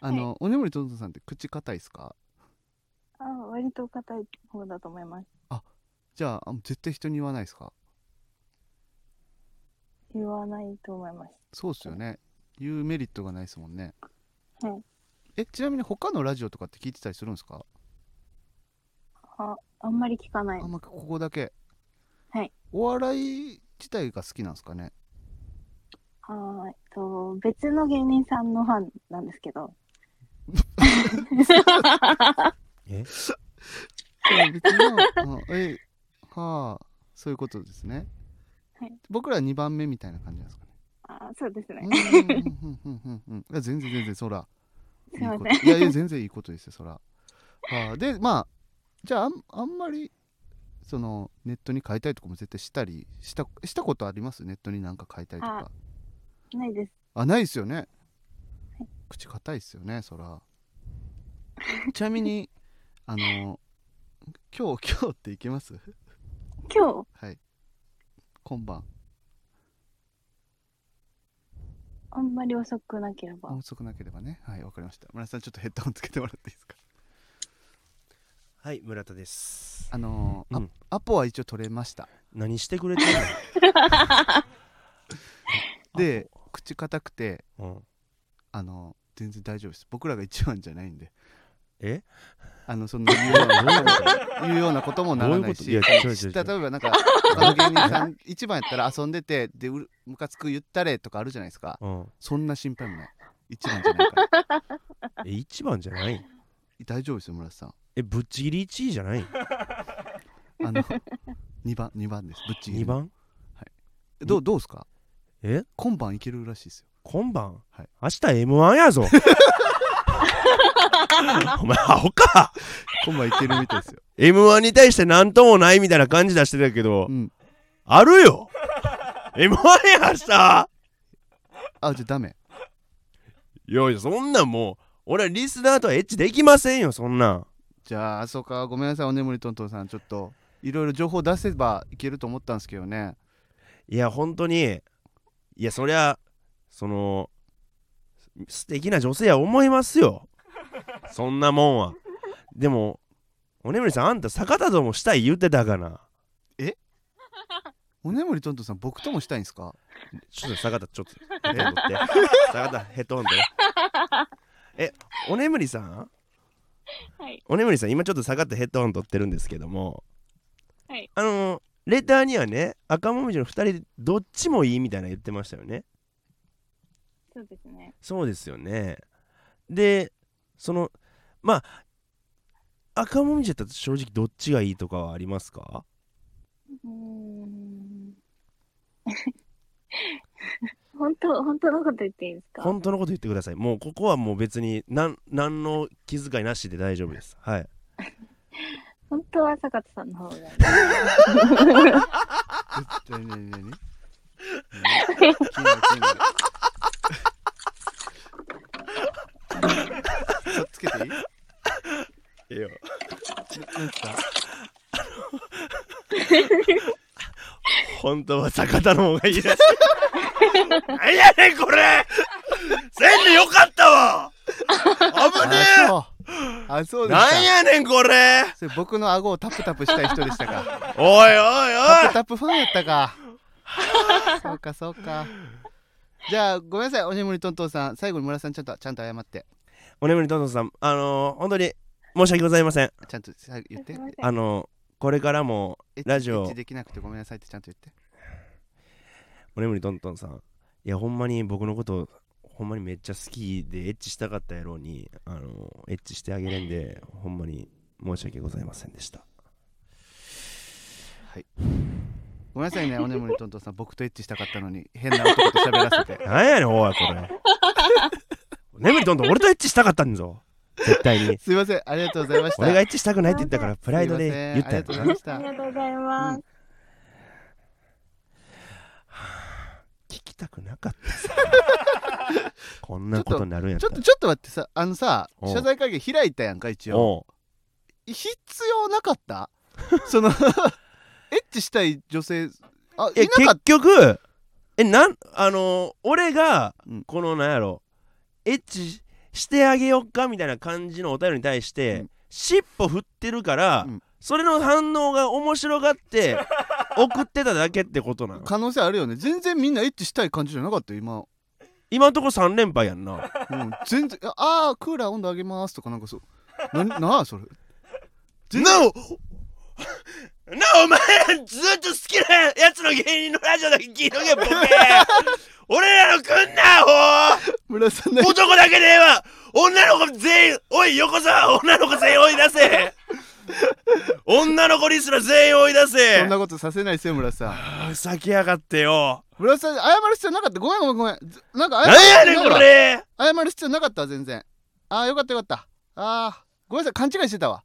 あの、おねむりトントンさんって口硬いですかあ割と硬い方だと思います。じゃああ絶対人に言わないですか言わないと思います。そうっすよね言うメリットがないですもんねはいえちなみに他のラジオとかって聞いてたりするんですかああんまり聞かないあん。まここだけはいお笑い自体が好きなんですかねあーえっと別の芸人さんのファンなんですけど。でも別え の、うんえはあそういうことですね、はい僕ら2番目みたいな感じなんですかねあーそうですね。うんうんうんうんうんうんいや全然全然そらいすいいまこせん。といやいや全然いいことですよそら、はあ、でまあじゃああんあんまりそのネットに書いたりとかも絶対したりしたしたことありますネットになんか書いたりとかないです。あないですよね口硬いですよねそら ちなみにあの今日 今日っていけます今はい今晩日あんまり遅くなければ。遅くなければねはいわかりました村田さんちょっとヘッドホンつけてもらっていいですかはい村田ですあのーあうんアポは一応取れました何してくれてんので口硬くてあ うんあのー全然大丈夫です僕らが一番じゃないんでえあのそんな言うような言うようなこともならないしどういうこといや違う違う違う例えばなんか他の芸人さん一番やったら遊んでてでうるムカつく言ったれとかあるじゃないですかうんそんな心配もない一番じゃないからえ一番じゃない大丈夫ですよ村田さんえぶっちぎり1位じゃないあの2番2番ですぶっちぎり2番どうどうですかえ今晩いけるらしいですよ今晩、はい明日 M1 やぞお前アホか今晩いけるみたいですよ M1 に対して何ともないみたいな感じ出してたけど、 うんあるよ M1 や明日あじゃあダメいやいやそんなんもう俺はリスナーとはエッチできませんよそんなんじゃあそうかごめんなさいおねむりとんとんさんちょっといろいろ情報出せばいけると思ったんですけどねいや本当にいやそりゃその素敵な女性や思います よそんなもんはでもおねむりさんあんた坂田ともしたい言うてたかなおねむりとんとんさん僕ともしたいんですかちょっと坂田ちょっとヘッドホ ン取って坂田ヘッドホンでえおねむりさんはい。おねむりさん今ちょっと坂田ヘッドホン取ってるんですけどもはいあのレターにはね赤もみじの2人どっちもいいみたいな言ってましたよねそうですね。そうですよね。で、その、まあ、赤もみじだったら正直どっちがいいとかはありますかうーん。 本当本当のこと言っていいですか。本当のこと言ってください。もうここはもう別に何何の気遣いなしで大丈夫です。はい。本当は坂田さんの方がいい。なになになにつけていいななんつったい本当は坂田の方がいいです。何やねんこれ全部よかったわ危ねあそうあそうえでしたなんやねんこれそれ僕の顎をタプタプしたい人でしたかおいおいタおプタプファンやったかそうかそうかじゃあごめんなさいおねむりとんとんさん最後に村さんちゃんとちゃんと謝っていお眠りとんどんさん、あのー、本当に申し訳ございません。ちゃんとさ言ってすいませんあのー、これからもエッチラジオエッチできなくてごめんなさいってちゃんと言っておねむりとんとんさんいやほんまに僕のことほんまにめっちゃ好きでエッチしたかったやろうにあのエッチしてあげれんでほんまに申し訳ございませんでしたごめんなさいねおねむりとんとんさん僕とエッチしたかったのに変な男と喋らせ てなんやねんおいこれおねむりとんとん俺とエッチしたかったんぞ絶対にすいませんありがとうございました俺がエッチしたくないって言ったからプライドすいでません言ったありやがとうございましたろなありがとうございます。聞きたくなかったさこんなことになるんやっちたょっらとちょっと待ってさあのさおう謝罪会見開いたやんか一応おう必要なかった そのエッチしたい女性あいえなかっ結局えなんあのー俺がうんこのなんやろエッチしてあげよっかみたいな感じのお便りに対して、うん尻尾振ってるから、うんそれの反応が面白がって 送ってただけってことなたの可能性あるよね全然みんなエッチしたい感じじゃなかったよ今、今んとこ3連敗やんなうん、全然ああークーラー温度上げますとかなんかそうななあそれ全なおなおお前らずっと好きなやつの芸人のラジオだけ聞いと けボケ俺らのくんなほ村さんね男だけでええわ女の子全員おいよこさ女の子全員追い出せ女の子リスナー全員追い出そんせなことさせないですよ村さんあふざけやがってよ村さん謝る必要なかったごめんごめんごめんずなんか謝なんやねんこれ謝る必要なかったわ全然ああよかったよかったあーごめんなさい勘違いしてたわ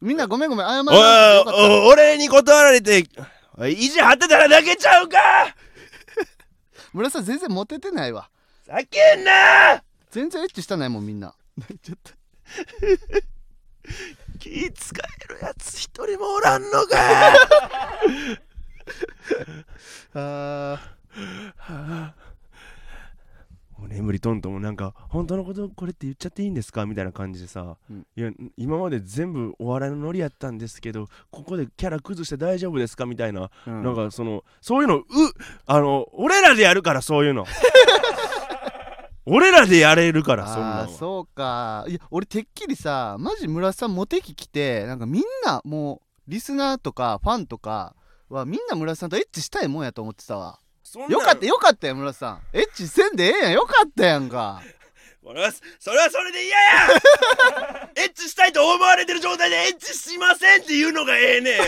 みんなごめんごめん謝るおよかったいお俺に断られておい意地張ってたら泣けちゃうか村さん全然モテてないわ叫けんな全然エッチしたないもんみんな泣いちゃった気使えるやつ一人もおらんのかあお眠りとんともなんか本当のことこれって言っちゃっていいんですかみたいな感じでさ、うんいや今まで全部お笑いのノリやったんですけどここでキャラ崩して大丈夫ですかみたいな、ー、うんなんかそのそういうのうあの俺らでやるからそ ういうの俺らでやれるからそんなあんはーそうかいや俺てっきりさマジ村さんモテ期来てなんかみんなもうリスナーとかファンとかはみんな村さんとエッチしたいもんやと思ってたわそんなのよかったよかったよ村さんエッチせんでええやんよかったやんか俺はそれはそれで嫌や エッチしたいと思われてる状態でエッチしませんっていうのがえ えね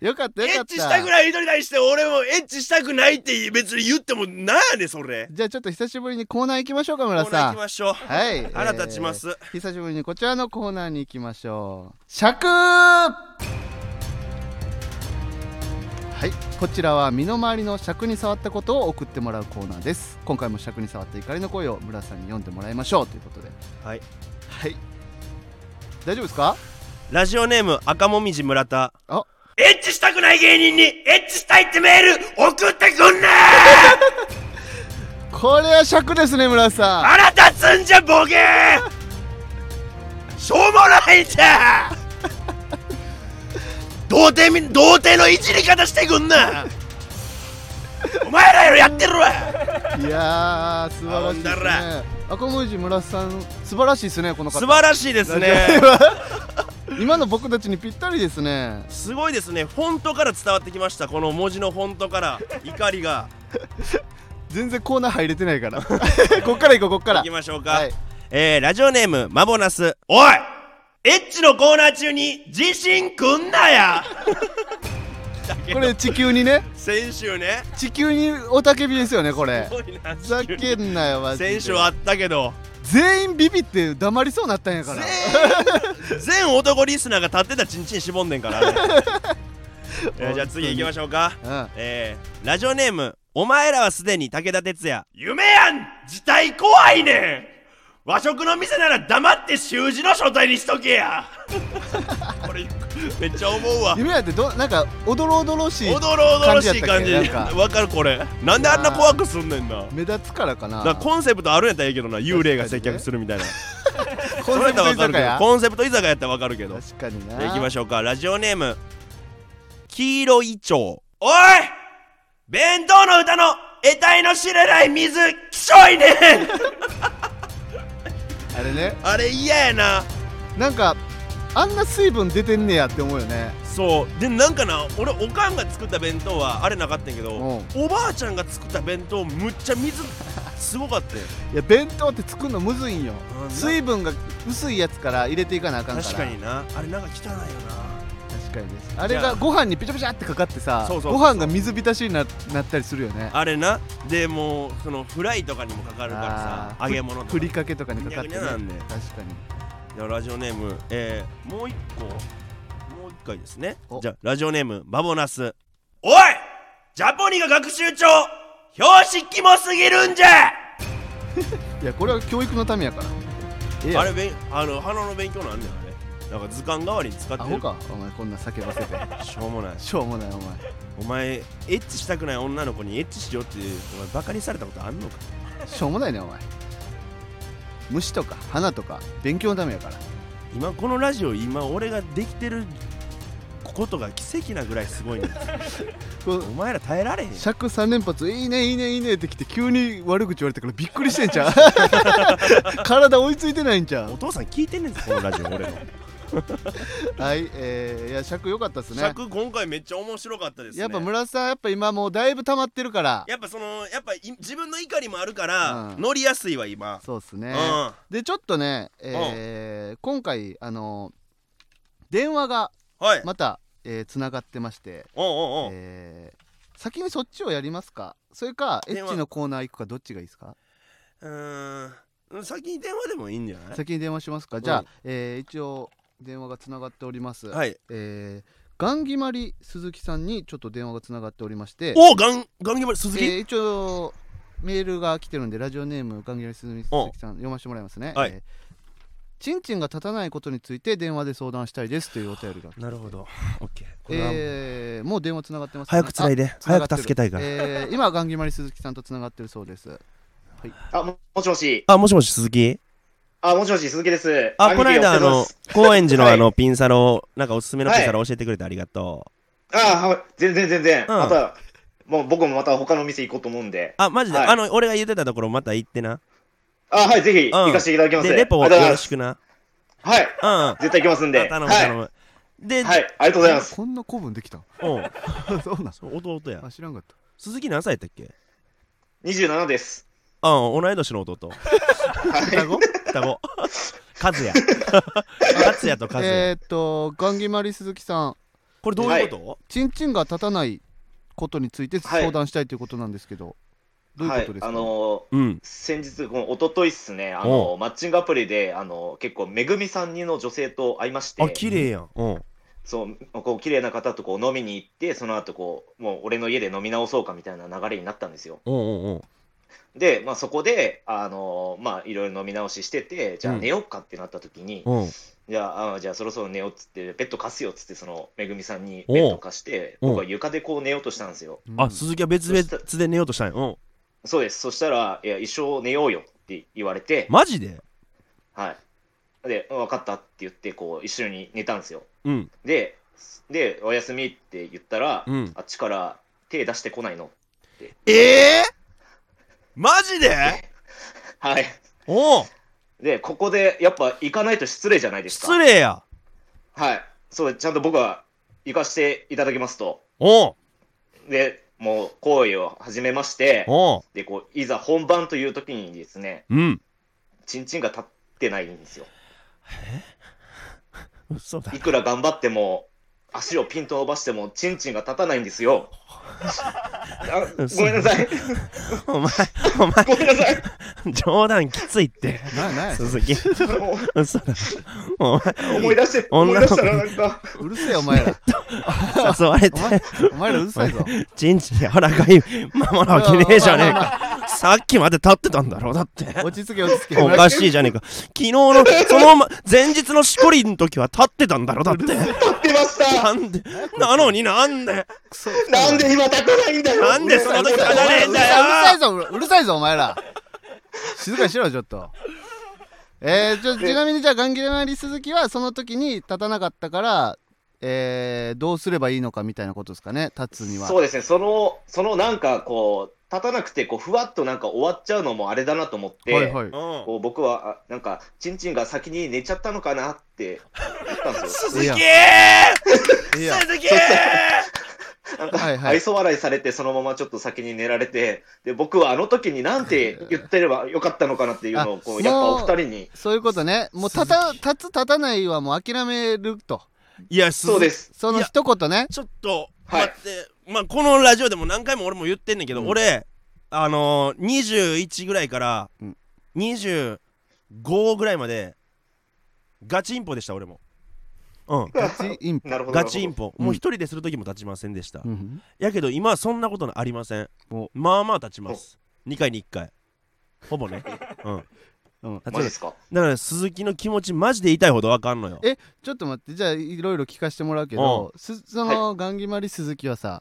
んよかったよエかッっチしたたくない人に対して俺もエッチしたくないって別に言ってもなんやねんそれじゃあちょっと久しぶりにコーナー行きましょうかコ村ーナーさ行んきましょうはい腹立ちま、す、えー久しぶりにこちらのコーナーに行きましょう尺はいこちらは身の回りの尺に触ったことを送ってもらうコーナーです今回も尺に触った怒りの声を村さんに読んでもらいましょうということではいはい大丈夫ですかラジオネーム赤もみじ村田あエッチしたくない芸人にエッチしたいってメール送ってくんなこれは尺ですね村 さ腹立つんじゃボケしょうもないんじゃ童貞み童貞のいじり方してくんなお前らよりやってるわんいやー素晴らしいですねあ赤文字村さん素晴らしいですねこの方素晴らしいですね 今の僕たちにぴったりですねすごいですねフォントから伝わってきましたこの文字のフォントから怒りが全然コーナー入れてないか らこっから行こうこっかいらきましょうか、はいえー、ラジオネームマボナスおいエッチのコーナー中に自信くんなやこれ地球にね先週ね地球におたけびですよねこれすごいなふざけんなよマジで先週あったけど全員ビビって黙りそうになったんやから全員全男リスナーが立ってたちんちんしぼんでんから ね、えーじゃあ次行きましょうかうんえー、ラジオネームお前らはすでに武田鉄矢夢やん自体怖いね ん和食の店なら黙って習字の書体にしとけやこれめっちゃ思うわ夢やってどなんかおどろおどろしいおどろおどろしい感じ感じやったっけなんかわかるこれなんであんな怖くすんねんな目立つからかななんかコンセプトあるんやったらいいけどな幽霊が接客するみたいな、コンセプト居 酒屋コンセプト居酒屋やったらわかるけど確かになじゃあ行きまししょうかラジオネーム黄色い蝶おい弁当の歌の得体の知れない水きしょいねあれね あれ嫌やななんかあんな水分出てんねやって思うよねそうでなんかな俺おかんが作った弁当はあれなかったんやけど、うおばあちゃんが作った弁当むっちゃ水すごかった よいや弁当って作るのむずいんようん水分が薄いやつから入れていかなあかんから確かになあれなんか汚いよ確かにですあれじゃあがご飯にピチャピチャってかかってさそうそうそうご飯が水浸しにななったりするよねなあれなでもうそのフライとかにもかかるからあさー揚げ物とかふりかけとかにかかってねぐにゃぐにゃなんで確かにじゃあラジオネーム、えー、もう一個もう一回ですねおじゃあラジオネームバボナスおいジャポニが学習帳標識もすぎるんじゃいやこれは教育のためやからええやあんれべんあの花の勉強なんねんあれなんか図鑑代わりに使っアてホるかお前こんな叫ばせてしょうもないしょうもないお前お前エッチしたくない女の子にエッチしようってお前バカにされたことあんのかしょうもないねお前虫とか花とか勉強のためやから今このラジオ今俺ができてることが奇跡なぐらいすごいねんこうお前ら耐えられへんよ尺3連発「いいねいいねいいね」ってきて急に悪口言われたからびっくりしてんじゃん 体追いついてないんじゃおん父さん聞いてんねんぞこのラジオ俺のはいえー、いや尺良かったっすね尺今回めっちゃ面白かったですねやっぱ村田さんやっぱ今もうだいぶ溜まってるからやっぱそのやっぱい自分の怒りもあるから、うん乗りやすいわ今、そうっすうねん、はでちょっとね、えー今回あの電話がい、またつな、えー繋がってまして、おうんうんうん、えー先にそっちをやりますかそれかエ電ッ話チのコーナー行くかどっちがいいですかうーん先に電話でもいいんじゃない先に電話しますかじゃあ、えー一応電話がつながっております、はいえーガンギマリ鈴木さんにちょっと電話がつながっておりまして、おおガンガンギバルえ鈴木、ー一応メールが来てるんでラジオネームガンギマリ鈴木さん読ませてもらいますね、はいえーちんちんが立たないことについて電話で相談したいですというお便りが来てなるほどオッケーこれはもうえーもう電話つながってますね、早くつないであ繋早がってくる助けたいからえー今ガンギマリ鈴木さんとつながってるそうですあ、ももしもし。あもしもし鈴木あ、もしもし、鈴木です。あこの間あの高円寺のはいあのピンサロなんかおすすめのピンはいサロ教えてくれてありがとうあはい。全然、全然。うんまた、もう僕もまた他の店行こうと思うんで。あマジではいあの俺が言ってたところまた行ってなあ、はい、ぜひ、行かせていただきます。でレポをあよりがとうございろましすくなはい。うんあ絶対行きますんで。 頼むはい頼むではい、ありがとうございます。こんな古文できた うんそうなんそう弟やあ知らんかった鈴木何歳やったっけ27です。あ同い年の弟双子双 子カズヤカズヤとカズヤえーっとガンギマリ鈴木さんこれどういうことチンチンが立たないことについてはい相談したいということなんですけど、どういうことですか、はい、あのうんー、先日、この一昨日っすね、あのー、マッチングアプリで、あのー、結構、めぐみさんにの女性と会いまして、あ綺麗やんうんそう、こう、綺麗な方とこう飲みに行って、その後、こう、もう俺の家で飲み直そうかみたいな流れになったんですよ。うんうんうんで、まあ、そこで、あのーまあ、いろいろ飲み直ししてて、じゃあうん寝ようかってなった時に、うんじゃあ、あじゃあそろそろ寝ようっつって、ベッド貸すよっつって、その、めぐみさんにおうベッド貸して、うん僕は床でこう寝ようとしたんですよ。うんあ鈴木は別々で寝ようとしたんやうんそうです。そしたら、いや、一生寝ようよって言われて、マジではい。で、分かったって言って、こう、一緒に寝たんですよ。うんで、で、おやすみって言ったら、うんあっちから手出してこないの。ええマジではい。おおで、ここで、やっぱ行かないと失礼じゃないですか。失礼やはい。そう、ちゃんと僕は行かしていただきますと。おうで、もう行為を始めまして、おうで、こう、いざ本番という時にですね、うんチンチンが立ってないんですよ。そうだいくら頑張っても、足をピンと伸ばしても、チンチンが立たないんですよ。あごめんなさい。お前お前ごめんなさい。冗談きついってななんや鈴木も嘘だおう思い出して、女の子思い出したらなんか、うるせえお前ら前誘われおて 前お前らうるさいぞちんちん柔らかいままなわけねえじゃねえ かさっきまで立ってたんだろだって落ち着け落ち着けおかしいじゃねえか昨日のその前日のしこりの時は立ってたんだろだって立ってましなんでなのになんでクソなんで今炊かないんだよなんでその時う叩るかさねえいんうだるよさいぞうるうるさいぞお前ら静かにしろちょっとえー、ちょちなみにじゃあガンギレマリ鈴木はその時に立たなかったからえー、どうすればいいのかみたいなことですかね立つにはそうですね、その、そのなんかこう、立たなくて、こう、ふわっとなんか終わっちゃうのもあれだなと思って、はいはいうんこう僕は、あなんか、ちんちんが先に寝ちゃったのかなって思ったんですよ。 鈴木いいや鈴木なんか、はいはい愛想笑いされて、そのままちょっと先に寝られて、で、僕はあの時になんて言ってればよかったのかなっていうのを、こあう、やっぱもおう二人に、そういうことねもう立た立つ立たないはもう諦めるといや鈴木そうです。そいのや一言ねちょっとはい待ってまあこのラジオでも何回も俺も言ってんねんけどうん俺あのー21ぐらいからうん25ぐらいまでガチインポでした俺もうんガチインプなるほど。ガチインポ。ポうんもう一人でする時も立ちませんでした、うんやけど今はそんなことありませんおまあまあ立ちます2回に1回ほぼねうんうん立ちマまジですすかだから鈴木の気持ちマジで言いたいほどわかんのよえちょっと待ってじゃあいろいろ聞かせてもらうけどすその、ガンギマリ鈴木はさ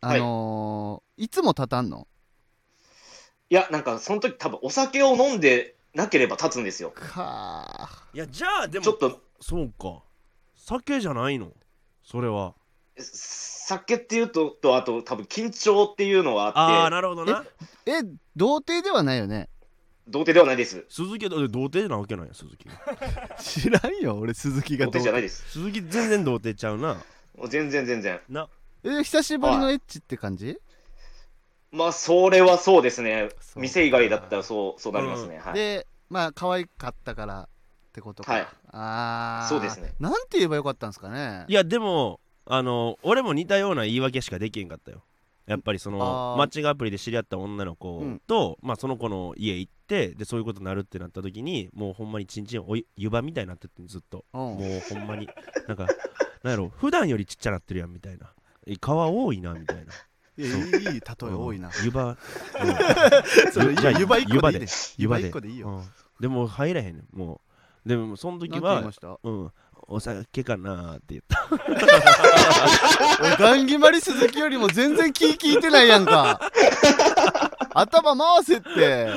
あのーい、つも立たんのいや、なんか、その時多分お酒を飲んでなければ立つんですよ。かーいやじゃあでもちょっと、そうか酒じゃないのそれは酒っていうと、とあと多分緊張っていうのはあああって、なるほどなえ童貞ではないよね 童貞ではないです。鈴木はだって童貞なわけないよ鈴木知らんよ俺鈴木童貞じゃないいです。鈴木全然童貞ちゃうなもう全然全然。え久しぶりのエッチって感じまあ、それはそうですね。そう店以外だったらそう、そうなりますね。はい。でまあ可愛かったからってことか、はいああそうですねなんて言えばよかったんですかねいやでもあの俺も似たような言い訳しかできへんかったよやっぱりそのあーマッチングアプリで知り合った女の子と、まあ、その子の家行ってでそういうことになるってなった時にもうほんまにちんちんおい湯葉みたいになってってんずっとうんもうほんまになんかなんやろ普段よりちっちゃなってるやんみたいなえ皮多いなみたいないやいいそういい例え多いなうん湯葉、うんそれじゃあ湯葉一湯個葉でいいでで湯葉で一個でいいよ、うんでも入らへんねんもうでもそのな時んて言いまはしたうんお酒かなーって言った俺ガンギマリ鈴木よりも全然気聞いてないやんか 頭回せって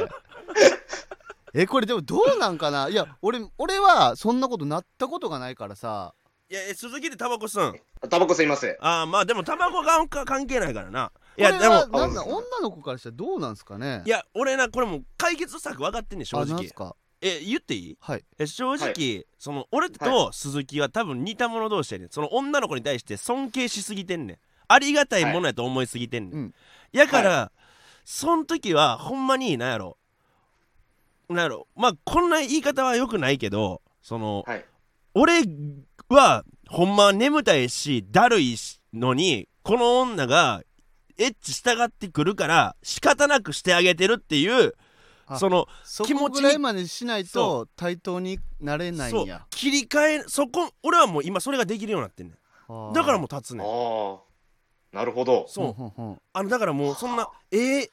えこれでもどうなんかないや俺俺はそんなことなったことがないからさいやえ鈴木でタバコ吸うんタバコ吸います。ああまあでもタバコがか関係ないからないこれやはでもなんだ女の子からしたらどうなんすかねいや俺なこれもう解決策分かってんねん正あなん直すかえ言っていいはいえ正直、はその俺と鈴木は多分似た者同士やねんその女の子に対して尊敬しすぎてんねんありがたいものやと思いすぎてんねん、はいうんやから、そん時はほんまになんやろなんやろまあこんな言い方はよくないけどその、はい。俺はほんま眠たいしだるいのにこの女がエッチしたがってくるから仕方なくしてあげてるっていうあそのそ気持こちぐらいまでしないと対等になれないそんうや切り替えそこ俺はもう今それができるようになってんねんだからもう立つねんああ。なるほど。そうほんほんほんあのだからもうそんなえー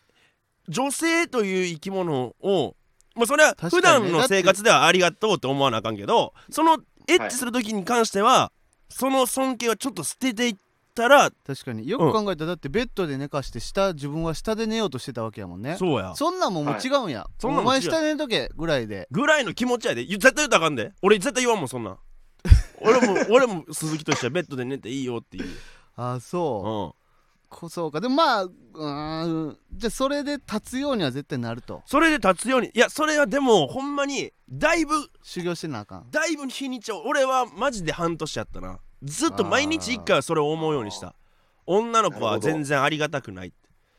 女性という生き物をもうそれは確か普にね段の生活ではありがとうって思わなあかんけどそのエッチする時に関しては、その尊敬はちょっと捨てていったら確かによく考えたらだってベッドで寝かして下自分は下で寝ようとしてたわけやもんねそうやそんなんももう違うんや、そんなんおも違う前下で寝とけぐらいでぐらいの気持ちやでゆ絶対言うたらあかんで俺絶対言わんもんそ んなん俺も俺も鈴木としてはベッドで寝ていいよっていう、ああそう、うん、こそうかでもまあうーんじゃあそれで立つようには絶対なるとそれで立つようにいやそれはでもほんまにだいぶ修行してなあかんだいぶ日にちを俺はマジで半年やったなずっと毎日一回はそれを思うようにした女の子は全然ありがたくないって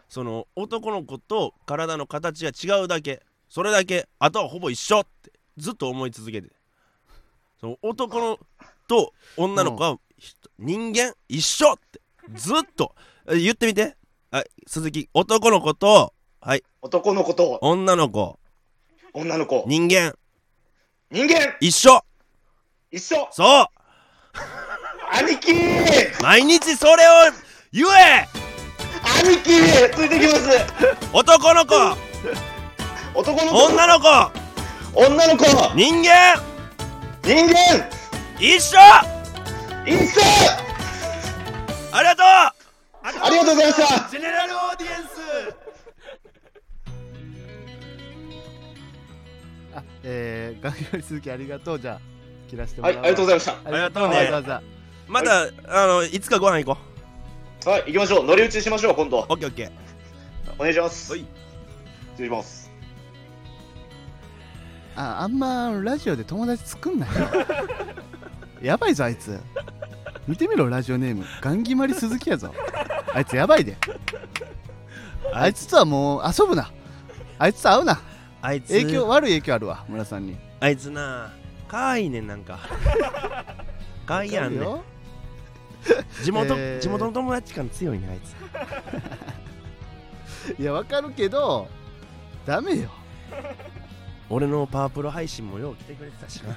その男の子と体の形が違うだけそれだけあとはほぼ一緒ってずっと思い続けてその男のと女の子はひ人間一緒ってずっとえ言ってみてあ鈴木男の子とはい男の子と女の子女の子。人間人間一緒一緒そう兄貴兄毎日それを言え貴ついてきます男の子男の子女の子女の子人間人間一緒一緒ありがとうありがとうございましたジェネラルオーディエンスあえー、ガンガン続きありがとうじゃあ切らしてもはらうわい、ありがとうございましありがとうねわざわざまだあのいつかご飯行こた。はい、行きましょう。乗り打ちしましょう、今度う。オッケーオッケーお願いします。はい。失礼します。ああんまラジオで友達作んない やばいぞあいつ見てみろラジオネームガンギマリ鈴木やぞあいつやばいであいつとはもう遊ぶなあいつと会うなあいつ影響悪い影響あるわ村さんにあいつなかわいいねんなん かかわいいやんねわかるよ地元、えー地元の友達感強いねあいついやわかるけどダメよ俺のパワープロ配信もよう来てくれてたし な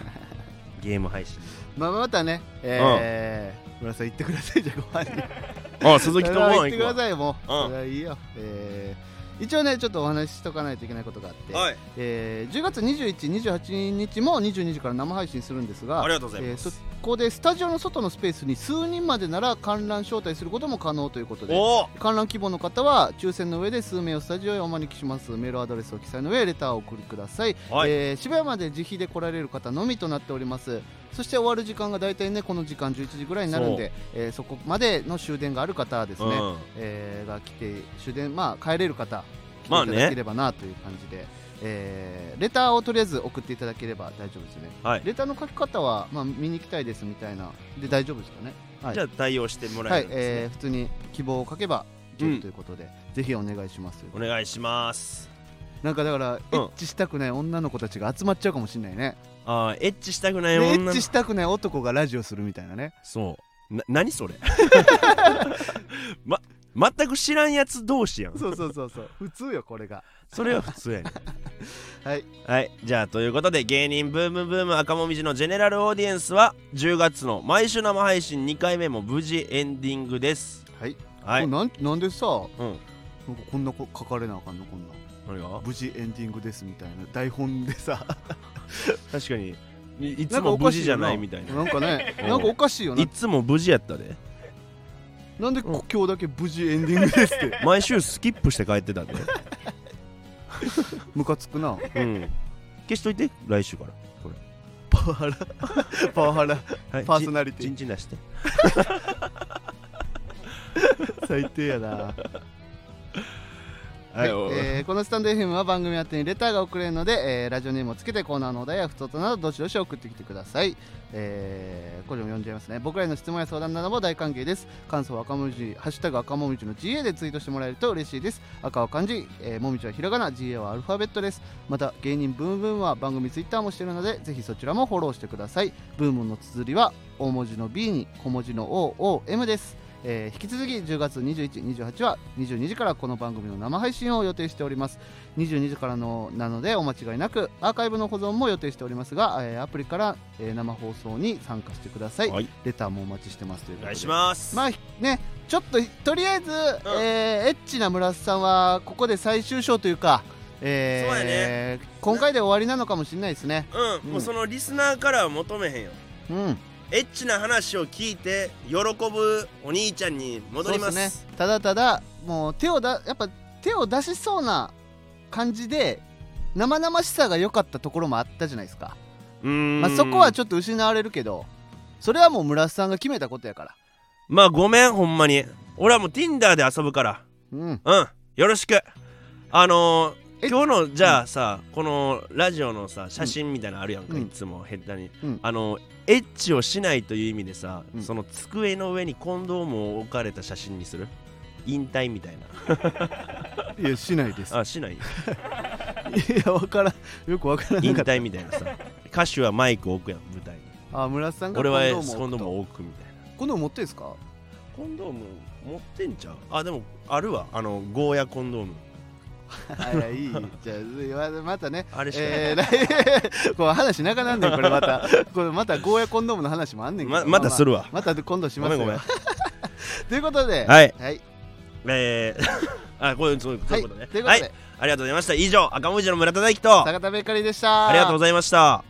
ゲーム配信まあまたねえー村さん行ってくださいじゃあご飯にあ鈴木とご行って飯行くこださいもう、うんそれはいいよ、えー一応ねちょっとお話ししとかないといけないことがあって、うはいえー10月2128日も22時から生配信するんですあがりがとうございえーます、そこでスタジオの外のスペースに数人までなら観覧招待することも可能ということでおお観覧希望の方は抽選の上で数名をスタジオへお招きしますメールアドレスを記載の上レターをお送りください、はいえー渋谷まで自費で来られる方のみとなっておりますそして終わる時間が大体ねこの時間11時ぐらいになるんでそ,、えーそこまでの終電がある方はですね、うんえーが来て終電まあ帰れる方来まあていねただければなという感じで、えーレターをとりあえず送っていただければ大丈夫ですね、はいレターの書き方は、まあ、見に行きたいですみたいなで大丈夫ですかねはいじゃあ対応してもらはえいる、んですねえー普通に希望を書けばいけうんるということで、ぜひお願いしますお願いしますなんかだから、うんエッチしたくない女の子たちが集まっちゃうかもしれないねあーエッチしたくなでいエ女のッチしたくない男がラジオするみたいなねそうな 何それま全く知らんやつ同士やんそうそうそうそう普通よこれがそれは普通やね はいはいじゃあということで芸人ブームブーム赤もみじのジェネラルオーディエンスは10月の毎週生配信2回目も無事エンディングですはい、はいもうなんなんでさうんなんかこんなこ書かれなあかんのこんなん何が無事エンディングですみたいな台本で さ確かにいいなつんかもおか無し事いじよゃないみたいななんかねうんなんかおかしいよないつも無事やったでなんでこ今日だけ無事エンディング ですって毎週スキップして帰ってたでムカつくなうん消しといて来週からこれパワハラパワハラはいパーソナリティちんちん出して最低やなははいい、おえーこのスタンド FM は番組宛てにレターが送れるので、えーラジオネームをつけてコーナーのお題や太となどどしどし送ってきてください、えーこれも読んじゃいますね僕らへの質問や相談なども大歓迎です感想は赤もみじ「ハッシュタグ赤もみじの GA」でツイートしてもらえると嬉しいです赤は漢字、えーもみじはひらがな GA はアルファベットですまた芸人ブームブームは番組ツイッターもしているのでぜひそちらもフォローしてくださいブームの綴りは大文字の B に小文字の OOM ですえー引き続き10月2128は22時からこの番組の生配信を予定しております22時からのなのでお間違いなくアーカイブの保存も予定しておりますが、えーアプリから、えー生放送に参加してください、はいレターもお待ちしてますというおことで願いしますまあねちょっととりあえず、えーエッチな村瀬さんはここで最終章というか、えーそうやね今回で終わりなのかもしれないですねうん、うんもうそのリスナーからは求めへんようんエッチな話を聞いて喜ぶお兄ちゃんに戻りますそうっすねただただもう手をだやっぱ手を出しそうな感じで生々しさが良かったところもあったじゃないですか、うーんまあ、そこはちょっと失われるけどそれはもう村瀬さんが決めたことやからまあごめんほんまに俺はもう Tinder で遊ぶからうんうんよろしくあのえー、今日のじゃあさ、このラジオのさ写真みたいなのあるやんか、うんいつも下手に、うんあのエッチをしないという意味でさ、うんその机の上にコンドームを置かれた写真にする引退みたいいやし ないですなあしないいやわからんよくわから 引なかった退みたいなさ歌手はマイクを置くやん舞台にあ村瀬さんが俺はココンンドドーームムをを置くみたいなコンドーム持ってんすかコンドーム持ってんちゃうあでもあるわあのゴーヤコンドームあいやいいじゃあまたねあれしかない、えー、来 こう話なかなんねんこれまたこれまたゴーヤコンドームの話もあんねんけどままたするわ、まあまた今度しますごめよんごめんということではいはいえー、 あこういうそういうこはういいうことねということで、はいありがとうございました以上赤文字の村田大樹と坂田ベーカリーでしたありがとうございました